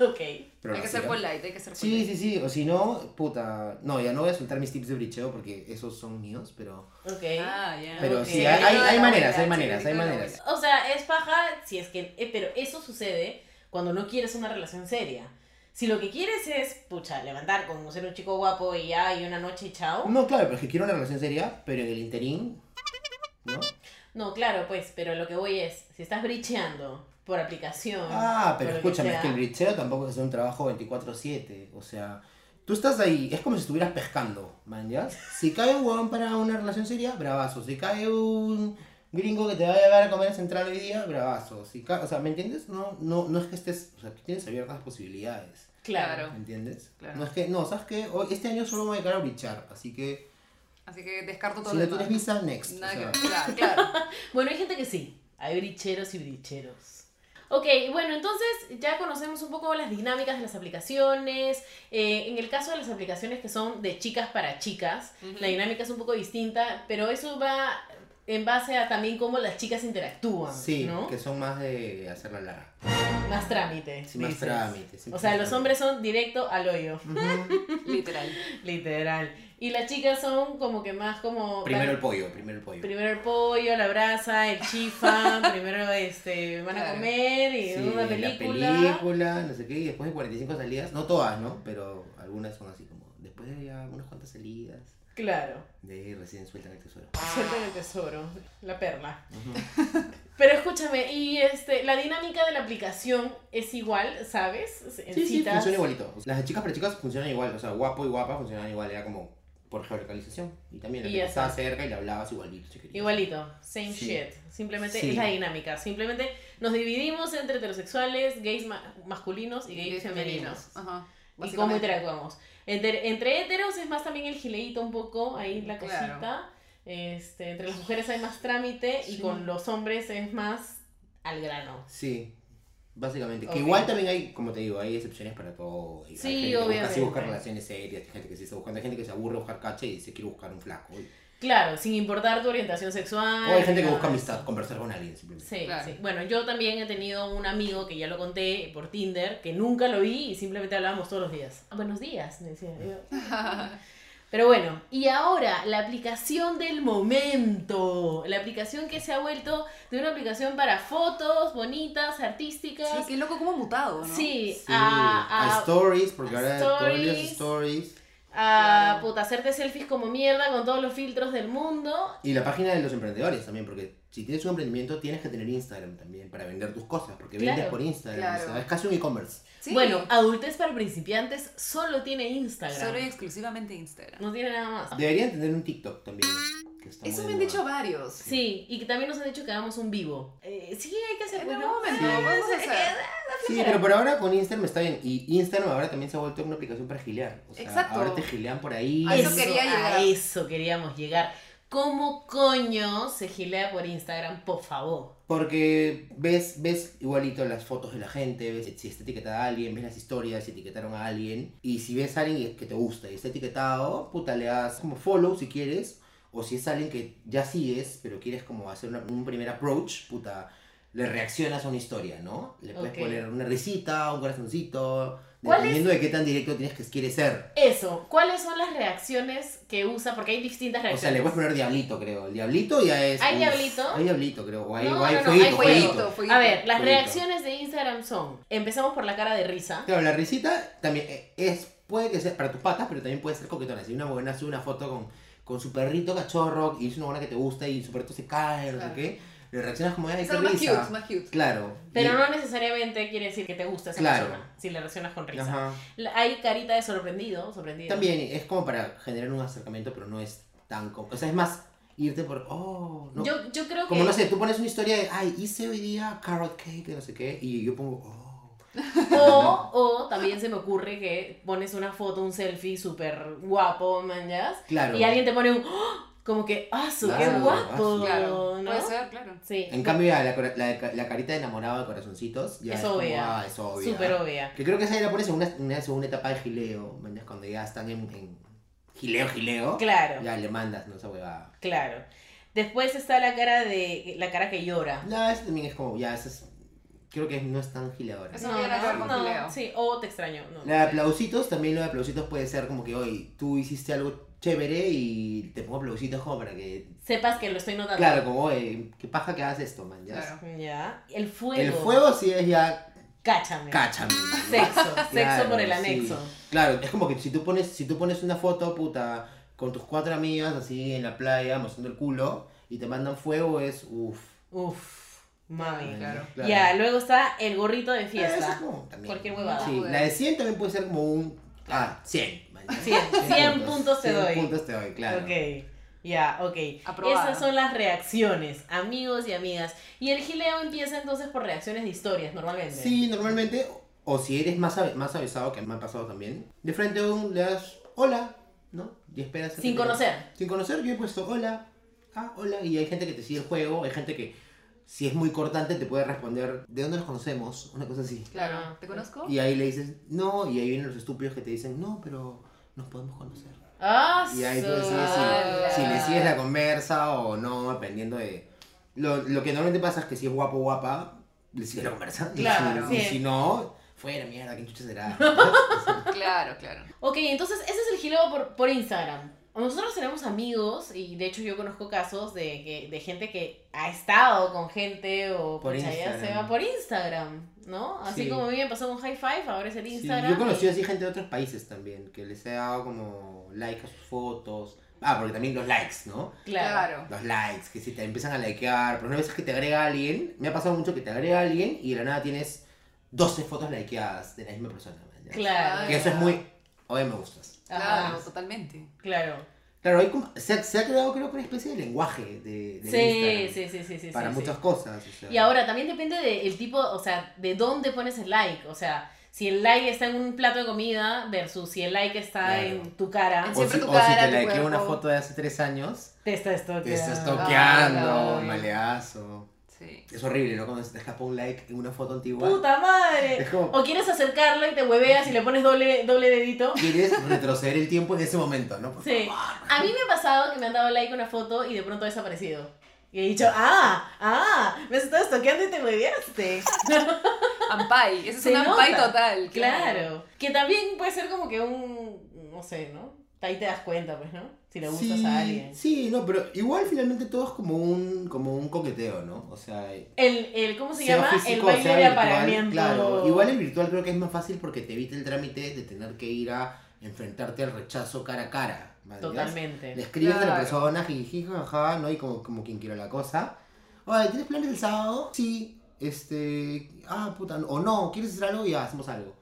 Ok.
Pero
hay
lo
que ser
hacía.
polite, hay que ser
Sí,
polite.
sí, sí. O si no, puta. No, ya no voy a soltar mis tips de bricheo porque esos son míos, pero.
Ok.
Ah, ya.
Pero
ok.
sí, hay, hay,
Chiquitito de
hay
la
maneras,
abuela,
hay maneras, hay
chiquitito de la
maneras.
O sea, es paja si es que... eh, pero eso sucede cuando no quieres una relación seria. Si lo que quieres es, pucha, levantar con ser un chico guapo y ya, y una noche y chao.
No, claro, pero es que quiero una relación seria, pero en el interín. ¿No?
No, claro, pues, pero lo que voy es, si estás bricheando por aplicación...
Ah, pero
por lo
escúchame,
sea,
es que el bricheo tampoco es hacer un trabajo 24-7. O sea, tú estás ahí, es como si estuvieras pescando, man, ¿ya? Si cae un huevón para una relación seria, bravazo. Si cae un gringo que te va a llevar a comer a central hoy día, bravazo. Si ca- o sea, ¿me entiendes? No, no, no es que estés. O sea, tú tienes abiertas las posibilidades.
Claro.
Claro.
¿Me entiendes?
Claro.
No es que, no, sabes que este año solo me voy a dedicar a brichar, así que
Así que descarto todo
si
lo
no
demás.
tienes visa, next. o
Nada
sea.
que claro, claro.
Bueno, hay gente que sí. Hay bricheros y bricheros. Ok, bueno, entonces ya conocemos un poco las dinámicas de las aplicaciones. Eh, en el caso de las aplicaciones que son de chicas para chicas,
Ujú.
la dinámica es un poco distinta, pero eso va en base a también cómo las chicas interactúan,
Sí,
¿no?
que son más de hacerla larga.
Más trámite.
Sí, más
dices.
trámites.
O sea, los hombres son directo al hoyo,
Literal.
literal. Y las chicas son como que más como...
Primero el pollo, primero el pollo.
Primero el pollo, la brasa, el chifa, primero este, van a
Claro.
comer y
Sí,
una
La
película.
película, no sé qué, y después de 45 salidas, no todas, ¿no? Pero algunas son así como, después de ya unas cuantas salidas,
Claro,
de ahí recién sueltan el tesoro.
suelta el tesoro, la perla.
Ujú.
Pero escúchame, y este, la dinámica de la aplicación es igual, ¿sabes? En
Sí, sí,
citas.
funciona igualito. Las de chicas para chicas funcionan igual, o sea, guapo y guapa funcionan igual, era como por geolocalización. Y también la
Y
que
ya
estaba
está.
cerca y le hablabas igualito. si querías.
Igualito, same
Sí.
shit. Simplemente
Sí.
es la dinámica. Simplemente nos dividimos entre heterosexuales, gays ma- masculinos y gays, femeninos.
Ajá.
Y cómo
Ah, básicamente.
interactuamos. Entre, entre heteros es más también el gileíto un poco, ahí la cosita.
Claro.
Este, entre las mujeres hay más trámite y
Sí.
con los hombres es más al grano.
Sí, básicamente.
Ok.
Que igual también hay, como te digo, hay excepciones para todo. Hay
Sí,
gente que busca
obviamente.
así buscar relaciones serias, hay gente que sí está buscando, hay gente que se aburre de buscar cacha y se quiere buscar un flaco. Y-
Claro, sin importar tu orientación sexual.
o hay gente que
nada
busca
de
amistad,
eso.
conversar con alguien simplemente.
Sí,
Claro.
sí. Bueno, yo también he tenido un amigo que ya lo conté por Tinder, que nunca lo vi y simplemente hablábamos todos los días. "Ah, Buenos días, me decía. yo. Pero bueno, y ahora la aplicación del momento. La aplicación que se ha vuelto de una aplicación para fotos bonitas,
Sí,
artísticas.
qué loco como mutado, ¿no?
Sí,
Sí, a
a, a,
stories, porque
a
ahora todos los días
stories.
stories.
a,
Claro.
puta, hacerte selfies como mierda con todos los filtros del mundo.
Y la página de los emprendedores también, porque si tienes un emprendimiento tienes que tener Instagram también para vender tus cosas, porque
Claro.
vendes por Instagram.
Claro.
o sea, es casi un e-commerce.
Sí.
Bueno, adultez para principiantes solo tiene Instagram.
Solo y exclusivamente Instagram.
No tiene nada más.
Deberían tener un TikTok también. que está
Ah. Eso
muy
me han
de
dicho
moda.
varios.
Sí, y que también nos han dicho que hagamos un vivo. Eh, sí, hay que hacer
En
pues,
algún
¿no?
momento,
Ah,
vamos a
sí,
hacer.
Sí, pero por ahora con Instagram está bien. Y Instagram ahora también se ha vuelto una aplicación para gilear. O sea,
Exacto.
ahora te gilean por ahí.
A eso quería
A
llegar.
eso queríamos llegar. ¿Cómo coño se gilea por Instagram, por favor?
Porque ves, ves igualito las fotos de la gente, ves si está etiquetada alguien, ves las historias, si etiquetaron a alguien. Y si ves a alguien que te gusta y está etiquetado, puta, le das como follow si quieres. O si es alguien que ya sigues, pero quieres como hacer una- un primer approach, puta, le reaccionas a una historia, ¿no? Le puedes
Ok.
poner una risita, un corazoncito,
¿Cuál es?
dependiendo de qué tan directo tienes que quieres ser.
Eso, ¿cuáles son las reacciones que usa? Porque hay distintas
O sea, le
reacciones.
puedes poner diablito, creo. El diablito ya es.
¿Hay
uf,
diablito?
Hay diablito, creo. O hay,
No,
o hay
no, no,
fueguito,
hay
fueguito.
fueguito, fueguito.
A ver, las
Fueguito.
reacciones de Instagram son, empezamos por la cara de risa.
Claro, la risita también eh, es puede que sea para tus patas, pero también puede ser coquetona. Si una buena sube una foto con, con su perrito cachorro y es una buena que te gusta y su perrito se cae, no sé
Claro.
qué, le reaccionas como, ay,
Es
qué
algo más
risa.
cute, más cute.
Claro.
Pero
Y-
no necesariamente quiere decir que te gusta esa
Claro.
persona, si le reaccionas con risa.
Ajá.
La- Hay carita de sorprendido, sorprendido.
También es como para generar un acercamiento, pero no es tan... co- O sea, es más irte por, oh, no.
Yo, yo creo
Como
que
no sé, tú pones una historia de, ay, hice hoy día carrot cake, no sé qué, y yo pongo, oh.
o, o también se me ocurre que pones una foto, un selfie súper guapo, manjas,
Claro.
y alguien te pone un ¡Ah! como que ¡ah, su, qué
Claro,
guapo!
asu.
Claro,
¿no?
puede ser, claro.
Sí.
En cambio, ya la, cora- la, la carita de enamorado de corazoncitos ya
Es
es, como,
obvia.
ah, es obvia.
Súper obvia.
Que creo que esa era por eso, una, una segunda etapa de gileo, ¿me entiendes? Cuando ya están en, en gileo, gileo,
Claro,
ya le mandas, no esa huevada.
claro. Después está la cara de la cara que llora.
No, eso también es como, ya, eso es, creo que no es tan gileadora.
Eso tiene que ver con Leo.
sí, o te extraño. No.
La de aplausitos, también lo de aplausitos puede ser como que, hoy tú hiciste algo chévere y te pongo aplausitos como para que,
Sepas que lo estoy notando.
claro, como, oye, qué paja que hagas esto, man, ya.
Claro.
Ya. El fuego.
El fuego sí es ya,
Cáchame.
cáchame. man, ya.
Sexo.
Claro,
sexo por el
sí.
anexo.
Claro, es como que si tú pones, si tú pones una foto, puta, con tus cuatro amigas así en la playa, mostrando el culo, y te mandan fuego, es uff.
Uf, mami.
claro.
Ya, luego está el gorrito de
Ah, Eso Ah, es
fiesta.
como también.
Cualquier huevada.
Sí, la de 100 también puede ser como un. Ah, 100. man, ya.
100, 100 puntos te
100
doy.
puntos te doy, claro.
Ok, ya, ok.
Aprobado.
Esas son las reacciones, amigos y amigas. Y el gileo empieza entonces por reacciones de historias, normalmente.
Sí, normalmente, o si eres más, ave- más avisado, que me ha pasado también, de frente a un le das hola, ¿no? Y esperas. a que
Sin
te-
conocer.
Sin conocer, yo he puesto hola, ah, hola, y hay gente que te sigue el juego, hay gente que, si es muy cortante, te puede responder, ¿de dónde nos conocemos? Una cosa así.
Ah.
Claro. ¿Te conozco?
Y ahí le dices, no, y ahí vienen los estúpidos que te dicen, no, pero nos podemos conocer.
Ah,
Y ahí pues, tú
su-
decides
Ah,
si, si le
la-
sigues la conversa o no, dependiendo de... Lo, lo que normalmente pasa es que si es guapo o guapa, le sigues la conversa. Y si-
Claro,
y
sí.
si no, fuera mierda, ¿quién chucha será?
Claro, claro.
Ok, entonces ese es el gileo por, por Instagram. Nosotros tenemos amigos, y de hecho yo conozco casos de, que, de gente que ha estado con gente o
Por
pucha, ya se
Instagram.
va por Instagram, ¿no? Así
Sí.
como a mí me pasó con High Five, ahora es el
Sí,
Instagram.
yo conocí así gente de otros países también, que les he dado como like a sus fotos. Ah, porque también los likes, ¿no?
Claro.
Los likes, que si te empiezan a likear, pero una vez que te agrega alguien, me ha pasado mucho que te agrega alguien y de la nada tienes 12 fotos likeadas de la misma persona. man, ya.
Claro.
Que eso es muy... Oye, me gustas.
Ajá,
Claro, totalmente.
claro.
Claro, hay como- se, ha, se ha creado creo que una especie de lenguaje de, de
Sí,
Instagram
sí, sí, sí, sí.
para
sí,
muchas
sí.
cosas. o sea.
Y ahora también depende del tipo, o sea, de dónde pones el like. O sea, si el like está en un plato de comida versus si el like está
Claro.
en tu cara.
En
o si,
siempre tu
o si
cara,
te
tu
likeo
cuerpo.
una foto de hace tres años,
Te está estoqueando.
te estás
Ah,
toqueando,
claro.
maleazo.
Sí.
Es horrible, ¿no? Cuando se te escapa un like en una foto antigua.
¡Puta madre!
Es como,
O quieres acercarlo y te hueveas y le pones doble, doble dedito.
quieres retroceder el tiempo en ese momento, ¿no? Por
Sí.
favor.
A mí me ha pasado que me han dado like a una foto y de pronto ha desaparecido. Y he dicho, ah, ah, me has estado estoqueando y te hueveaste.
Ampai. Ese es
Se
un ampai
nota.
total.
Claro. Que también puede ser como que un. No sé, ¿no? Ahí te das cuenta, pues, ¿no? Si le gustas
Sí,
a alguien.
sí, no, pero igual finalmente todo es como un, como un coqueteo, ¿no? O sea,
El, el ¿cómo se
sea
llama? el
físico,
baile
sea
de
virtual,
apareamiento.
Claro, igual el virtual creo que es más fácil porque te evita el trámite de tener que ir a enfrentarte al rechazo cara a cara. ¿me entiendes? Le
Totalmente.
escribes a la
Claro.
persona, jiji, jajaja, ¿no? Y como, como quien quiera la cosa. Oye, ¿tienes planes el sábado? Sí. Este. Ah, puta. no- O no, ¿quieres hacer algo? Ya, hacemos algo.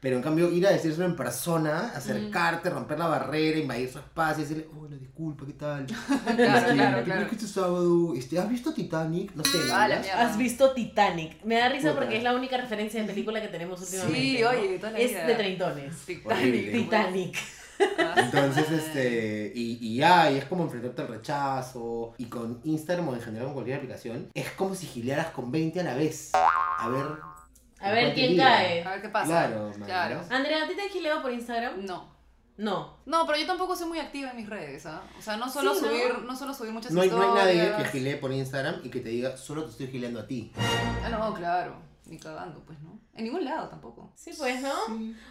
Pero en cambio, ir a decírselo en persona, acercarte,
Mm.
romper la barrera, invadir su espacio, y decirle, hola, disculpa, ¿qué tal?
Claro,
Este,
claro, claro.
¿qué crees que este sábado? Este, ¿Has visto Titanic? No sé,
Ah, la
¿no?
mierda.
Has visto Titanic. Me da risa
Puta.
porque es la única referencia de película que tenemos últimamente.
Sí,
¿no?
oye, de toda la
Es
vida.
de treintones.
Horrible.
Titanic.
Titanic.
Entonces, este, y, y ya, y es como enfrentarte al rechazo, y con Instagram o en general con cualquier aplicación, es como si gilearas con 20 a la vez. A ver,
A ver
Bastante
quién
libre.
cae.
A ver qué pasa.
claro, man,
Claro. Ah,
¿no?
Andrea, ¿a ti te han gileado por Instagram?
No.
No.
No, pero yo tampoco soy muy activa en mis redes, ¿ah? O sea, no suelo
Sí, ¿no?
subir, ¿no? suelo subir muchas
No hay, no hay
historias.
nadie que gilee por Instagram y que te diga, solo te estoy gileando a ti.
Ah, no, claro. Ni cagando, pues, ¿no? En ningún lado tampoco.
Sí, pues, ¿no?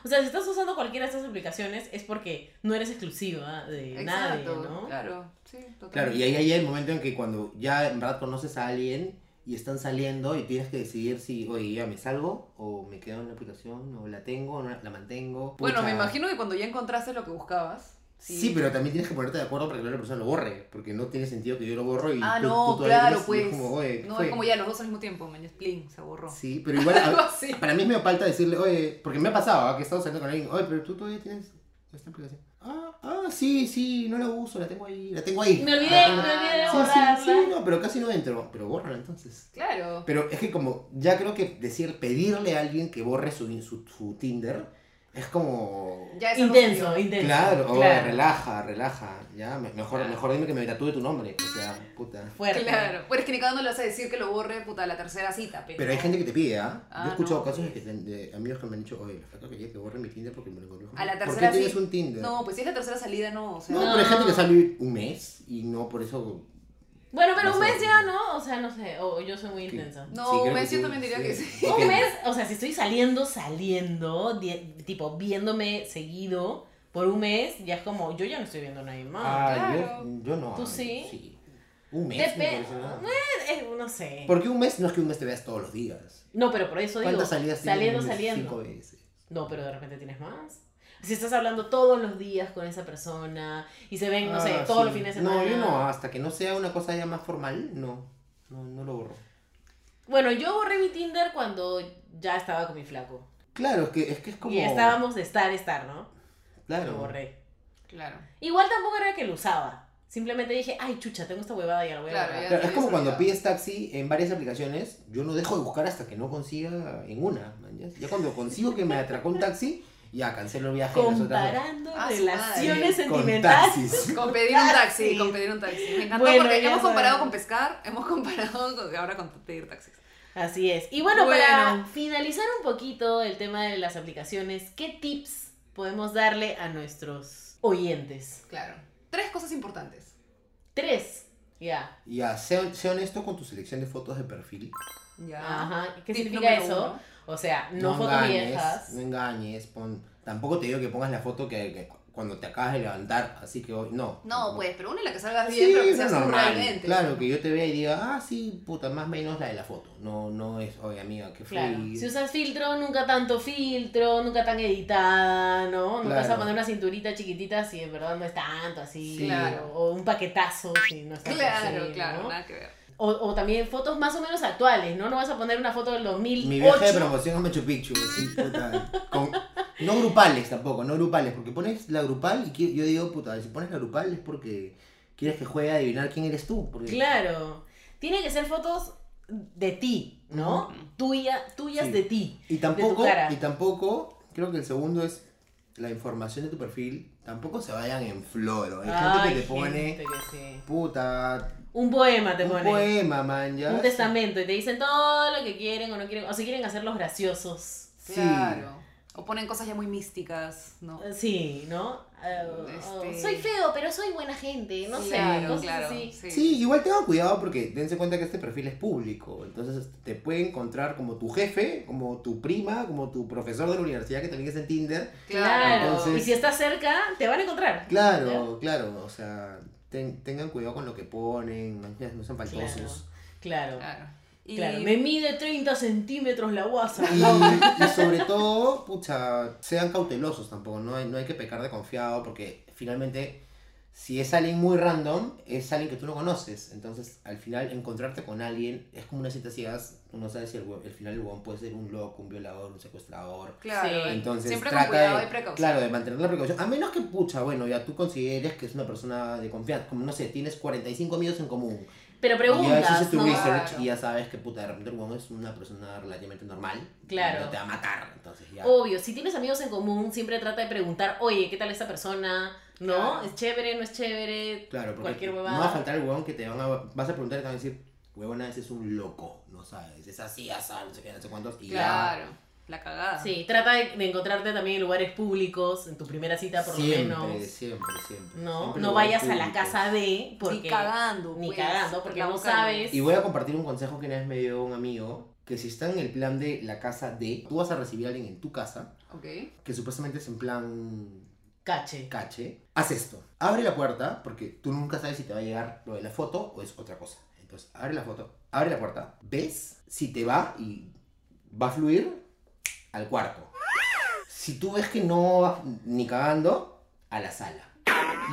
O sea, si estás usando cualquiera de estas aplicaciones es porque no eres exclusiva de nadie,
Exacto.
¿no?
Claro. Sí, totalmente.
Claro, y ahí hay el momento en que cuando ya en verdad conoces a alguien y están saliendo y tienes que decidir si, oye, ya me salgo o me quedo en la aplicación o la tengo o no la, la mantengo.
Bueno, me
Pucha.
imagino que cuando ya encontraste lo que buscabas.
Sí. pero también tienes que ponerte de acuerdo para que la otra persona lo borre, porque no tiene sentido que yo lo borro y
Ah,
tú-
no,
tú todavía
claro,
tienes- y es
pues.
como, oye, ¿qué
no,
fue?
es como ya los dos al mismo tiempo, man, es plin, se borró.
Sí, pero igual
Algo
a-
así.
para mí es medio falta decirle, oye, porque me ha pasado ¿ah? que he estado saliendo con alguien, oye, pero tú todavía tienes esta aplicación. Ah, ah, sí, sí, no la uso, la tengo ahí, la tengo ahí.
Me olvidé,
La
me
tengo-
olvidé de
Sí,
borrarla.
Sí, sí, sí, no, pero casi no entro, pero bórrala entonces.
Claro.
Pero es que como ya creo que decir pedirle a alguien que borre su, su, su Tinder es como
Ya es algo
Intenso,
tuyo.
intenso.
claro, oh, oye,
claro.
relaja, relaja, ya me- mejor
Claro.
mejor dime que me tatúe tu nombre, o sea, puta.
Fuerte.
Claro. Pero es que ni cada uno le vas a decir que lo borre, puta, la tercera cita. Pero,
Pero hay gente que te pide, ¿ah?
Ah,
Yo he escuchado
no,
casos de,
pues.
que- de amigos que me han dicho, oye, la flaca quería que borre mi Tinder porque me lo encontré. con-
A la
¿Por
tercera
qué tienes
sí.
un Tinder?
No, pues si es la tercera salida, no. O sea,
No,
No.
pero hay gente que sale un mes y no por eso.
Bueno, pero
No
un
sé.
mes ya, ¿no? O sea, no sé. O yo soy muy
que-
intensa.
No,
creo
un
que
mes yo
sí,
también diría que sí.
Ok.
Un mes, o sea, si estoy saliendo, saliendo, di- tipo viéndome seguido por un mes, ya es como, yo ya no estoy viendo a nadie más.
Ah,
claro.
yo, yo no.
¿Tú
ah,
sí?
Un mes.
Depe-
me parece nada.
Eh, no sé.
Porque un mes no es que un mes te veas todos los días.
No, pero por eso digo,
¿Cuántas salidas tienes en
saliendo,
un mes?
saliendo.
Cinco veces.
No, pero de repente tienes más. Si estás hablando todos los días con esa persona y se ven, no sé,
Ah,
todos
sí.
los fines de semana.
No, yo no, hasta que no sea una cosa ya más formal, no. No, no lo borro.
Bueno, yo borré mi Tinder cuando ya estaba con mi flaco.
Claro, es que es, que es como.
Y estábamos de estar, estar, ¿no? Lo
Claro.
borré.
Claro.
Igual tampoco era que lo usaba. Simplemente dije, ay, chucha, tengo esta huevada y ya la voy a
Claro,
borrar.
ya.
Claro, es como cuando
Olvidado.
pides taxi en varias aplicaciones, yo no dejo de buscar hasta que no consiga en una. man, ya. Ya cuando consigo que me atracó un taxi, ya cancelo el viaje. en las otras dos.
Comparando
Ah, su
relaciones
Sí, con
sentimentales.
taxis.
Con pedir un taxi,
Taxis.
con pedir un taxi. Me encantó
Ah, Bueno,
porque
ya
hemos comparado
sabemos.
con pescar, hemos comparado con, ahora con pedir taxis.
Así es. Y bueno,
Bueno.
para finalizar un poquito el tema de las aplicaciones, ¿qué tips podemos darle a nuestros oyentes?
Claro. Tres cosas importantes.
Tres. Ya.
Ya, sé, sé honesto con tu selección de fotos de perfil.
Ya.
Ajá. ¿Qué
Ah. Tip
significa
número
eso?
uno.
O sea, no, fotos viejas.
No engañes. pon- Tampoco te digo que pongas la foto que, que cuando te acabas de levantar, así que hoy. No.
No, pues, pero una en la que salgas bien,
Sí,
pero que
no
pues,
seas tú
normal.
realmente.
Claro, que yo te vea y diga, ah, sí, puta, más o menos la de la foto. No, no es, oye, amiga, qué fue.
Claro. Si usas filtro, nunca tanto filtro, nunca tan editada, ¿no? Nunca vas a
Claro.
poner una cinturita chiquitita si en verdad no es tanto así.
Sí.
Claro.
O, o un paquetazo si no es tanto
Claro,
así,
claro,
¿no?
nada que ver.
O, o también fotos más o menos actuales, ¿no? No vas a poner una foto del
Mi viaje de
2008.
promoción a Machu Picchu, así, puta. con- no grupales tampoco, no grupales, porque pones la grupal y qui- yo digo, puta, si pones la grupal es porque quieres que juegue a adivinar quién eres tú. Porque,
Claro. Tiene que ser fotos de ti, ¿no?
Ujú.
Tuya, tuyas
Sí.
de ti.
Y tampoco,
cara.
y tampoco, creo que el segundo es la información de tu perfil, tampoco se vayan en floro. Hay
Ay,
gente que te pone,
gente que sí.
puta,
Un poema te
un
pone.
poema, man, ya.
Un testamento y te dicen todo lo que quieren o no quieren. O si quieren hacerlos graciosos.
Sí.
Claro. O ponen cosas ya muy místicas, ¿no?
Eh, Sí, ¿no? Eh, o-
Este-
Soy feo, pero soy buena gente. Eh, No sé.
Claro,
cosas
claro.
así.
Sí, igual tengan cuidado porque dense cuenta que este perfil es público. Entonces te puede encontrar como tu jefe, como tu prima, como tu profesor de la universidad que también es en Tinder.
Ah,
Claro. Y
Entonces-
si estás cerca, te van a encontrar.
Claro, claro. O sea, ten- tengan cuidado con lo que ponen, man, ya, no sean
Claro.
faltosos.
Claro.
Claro. Ah, Y-
Claro, me mide 30 centímetros la guasa.
Y, y sobre todo, pucha, sean cautelosos tampoco, no hay, no hay que pecar de confiado porque finalmente si es alguien muy random, es alguien que tú no conoces. Entonces, al final, encontrarte con alguien es como una cita ciegas, tú no sabes si el, hue- el final del huevón puede ser un loco, un violador, un secuestrador.
Claro.
Sí.
Entonces,
Siempre con
trata
cuidado
de,
y precaución.
Claro, de mantener la precaución. A menos que, pucha, bueno, ya tú consideres que es una persona de confianza. Como, no sé, tienes 45 amigos en común.
Pero
Y ya
preguntas,
hiciste tu
¿no?
research
Claro.
y ya sabes que puta, de repente el huevón es una persona relativamente normal.
Claro.
Y No te va a matar, entonces ya.
Obvio, si tienes amigos en común, siempre trata de preguntar, oye, ¿qué tal esta persona? ¿No?
Claro.
¿Es chévere? ¿No es chévere?
claro, porque
cualquier
no
huevada.
va a faltar el huevón que te van a... Vas a preguntar y te van a decir, huevona, ese es un loco, no sabes, es así, así, no sé qué, no sé cuántos, y
Claro. La cagada.
Sí, trata de, de encontrarte también en lugares públicos, en tu primera
ya.
cita por
Siempre,
lo menos.
siempre, siempre.
No,
Siempre
no
lo
vayas a la
público.
casa de porque
Ni cagando.
ni
pues,
cagando, porque
la
no
boca no.
sabes.
Y voy a compartir un consejo que una vez me dio un amigo, que si está en el plan de la casa de, tú vas a recibir a alguien en tu casa,
Ok.
que supuestamente es en plan
cache.
cache, haz esto. Abre la puerta porque tú nunca sabes si te va a llegar lo de la foto o es otra cosa. Entonces, abre la foto, abre la puerta, ves si te va y va a fluir al cuarto. Si tú ves que no va ni cagando, a la sala.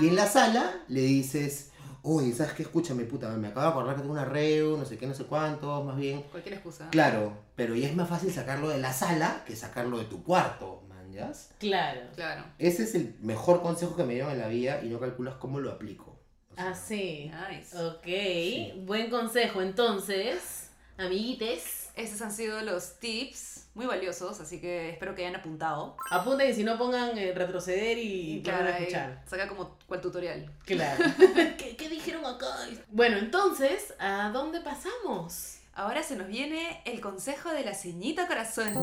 Y en la sala le dices, oye, ¿sabes qué? Escúchame, puta, me acabo de acordar que tengo una reu, no sé qué, no sé cuánto, más bien.
Cualquier excusa.
Claro, pero ya es más fácil sacarlo de la sala que sacarlo de tu cuarto, manjas.
Claro.
Claro.
Ese es el mejor consejo que me dieron en la vida y no calculas cómo lo aplico. O sea,
Ah, sí. Oh.
Nice.
Ok, buen consejo entonces, amiguites.
Esos han sido los tips muy valiosos, así que espero que hayan apuntado.
Apunten y si no pongan eh, retroceder y pongan a
ahí
escuchar.
Saca como cual tutorial.
Claro. ¿Qué, qué dijeron acá? Bueno, entonces, ¿a dónde pasamos?
Ahora se nos viene el consejo de la ceñita corazón.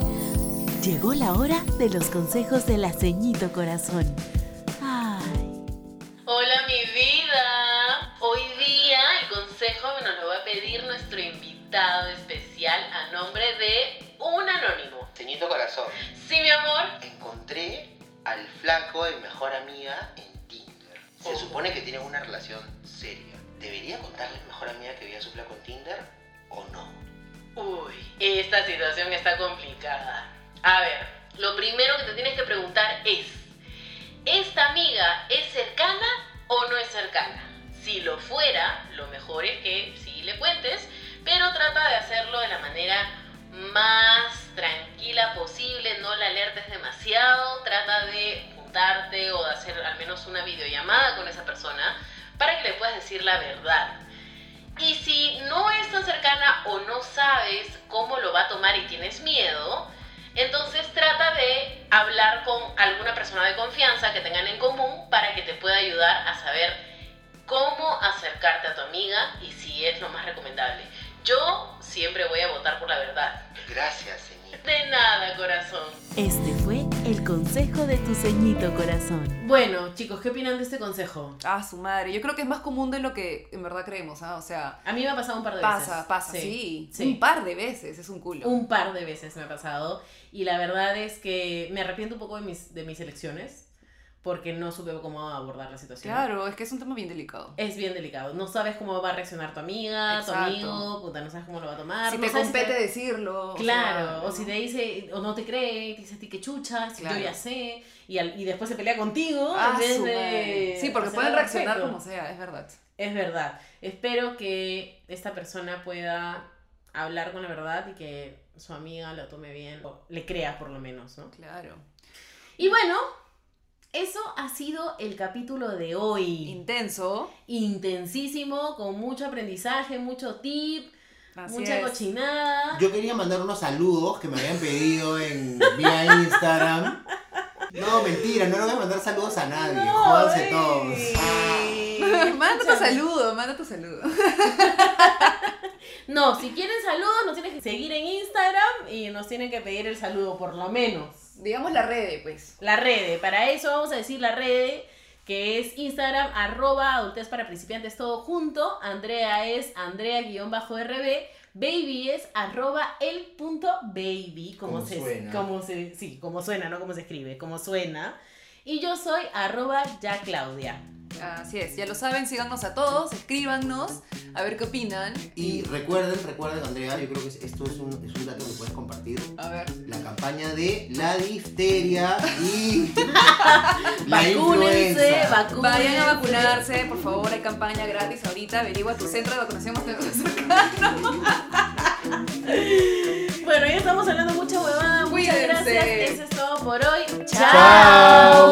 Llegó la hora de los consejos de la ceñito corazón. Ay,
Hola, mi vida. Hoy día el consejo nos lo va a pedir nuestro invitado especial a nombre de un anónimo.
Ceñito corazón,
Sí, mi amor.
encontré al flaco de mi mejor amiga en Tinder. Se
Ojo.
supone que tienen una relación seria. ¿Debería contarle a mi mejor amiga que vi a su flaco en Tinder o no?
Uy, esta situación está complicada. A ver, lo primero que te tienes que preguntar es, ¿esta amiga es cercana o no es cercana? Si lo fuera, lo mejor es que sí le cuentes, pero trata de hacerlo de la manera más tranquila posible, no la alertes demasiado, trata de juntarte o de hacer al menos una videollamada con esa persona para que le puedas decir la verdad. Y si no es tan cercana o no sabes cómo lo va a tomar y tienes miedo, entonces trata de hablar con alguna persona de confianza que tengan en común para que te pueda ayudar a saber cómo acercarte a tu amiga y si es lo más recomendable. Yo siempre voy a votar por la verdad.
Gracias, ceñito.
De nada, corazón.
este fue el consejo de tu ceñito corazón.
Bueno, chicos, ¿qué opinan de este consejo?
Ah, su madre. Yo creo que es más común de lo que en verdad creemos, ¿ah? O sea,
A mí me ha pasado un par de
pasa, pasa, sí.
sí.
Un par de veces, es un culo.
Un par de veces me ha pasado y la verdad es que me arrepiento un poco de mis, de mis elecciones porque no supe cómo abordar la situación.
Claro, es que es un tema bien delicado.
Es bien delicado. No sabes cómo va a reaccionar tu amiga,
Exacto.
tu amigo, puta, no sabes cómo lo va a tomar.
si
no
te
sabes
compete
te-
decirlo. o sea,
Claro, o
¿no?
si te dice, o no te cree, y te dice a ti que chucha, si
Claro.
yo ya sé, y, al- y después se pelea contigo.
Ah,
en vez
su
de
madre. Sí, porque
hacer
pueden
algo al
reaccionar
respecto.
como sea, es verdad.
Es verdad. Espero que esta persona pueda hablar con la verdad y que su amiga lo tome bien, o le crea por lo menos, ¿no?
Claro.
Y bueno, eso ha sido el capítulo de hoy.
Intenso.
Intensísimo, con mucho aprendizaje, mucho tip,
Así
mucha
es.
cochinada.
Yo quería mandar unos saludos que me habían pedido en vía Instagram. No, mentira, no le voy a mandar saludos a nadie. Jódanse
¡Ay!
todos.
Manda tu
Escúchame.
saludo, manda tu saludo.
No, si quieren saludos, nos tienen que seguir en Instagram y nos tienen que pedir el saludo, por lo menos.
Digamos la red, pues.
La red, para eso vamos a decir la red, que es Instagram, arroba adultez para principiantes, todo junto. Andrea es Andrea-RB. Baby es arroba el punto baby, como,
Como
se,
suena.
como se, sí, como suena, no como se escribe, como suena. Y yo soy arroba ya Claudia.
Así es, ya lo saben, síganos a todos, escríbanos, a ver qué opinan.
Y recuerden, recuerden, Andrea, yo creo que esto es un, es un dato que puedes compartir.
A ver.
La campaña de la difteria y la
Vacúnense,
influenza.
vacúnense.
Vayan a vacunarse, por favor, hay campaña gratis ahorita, averigua tu centro de vacunación más cercano.
Bueno, ya estamos hablando mucha huevada. Muchas
Cuídense.
gracias. Eso es todo por hoy.
Chao.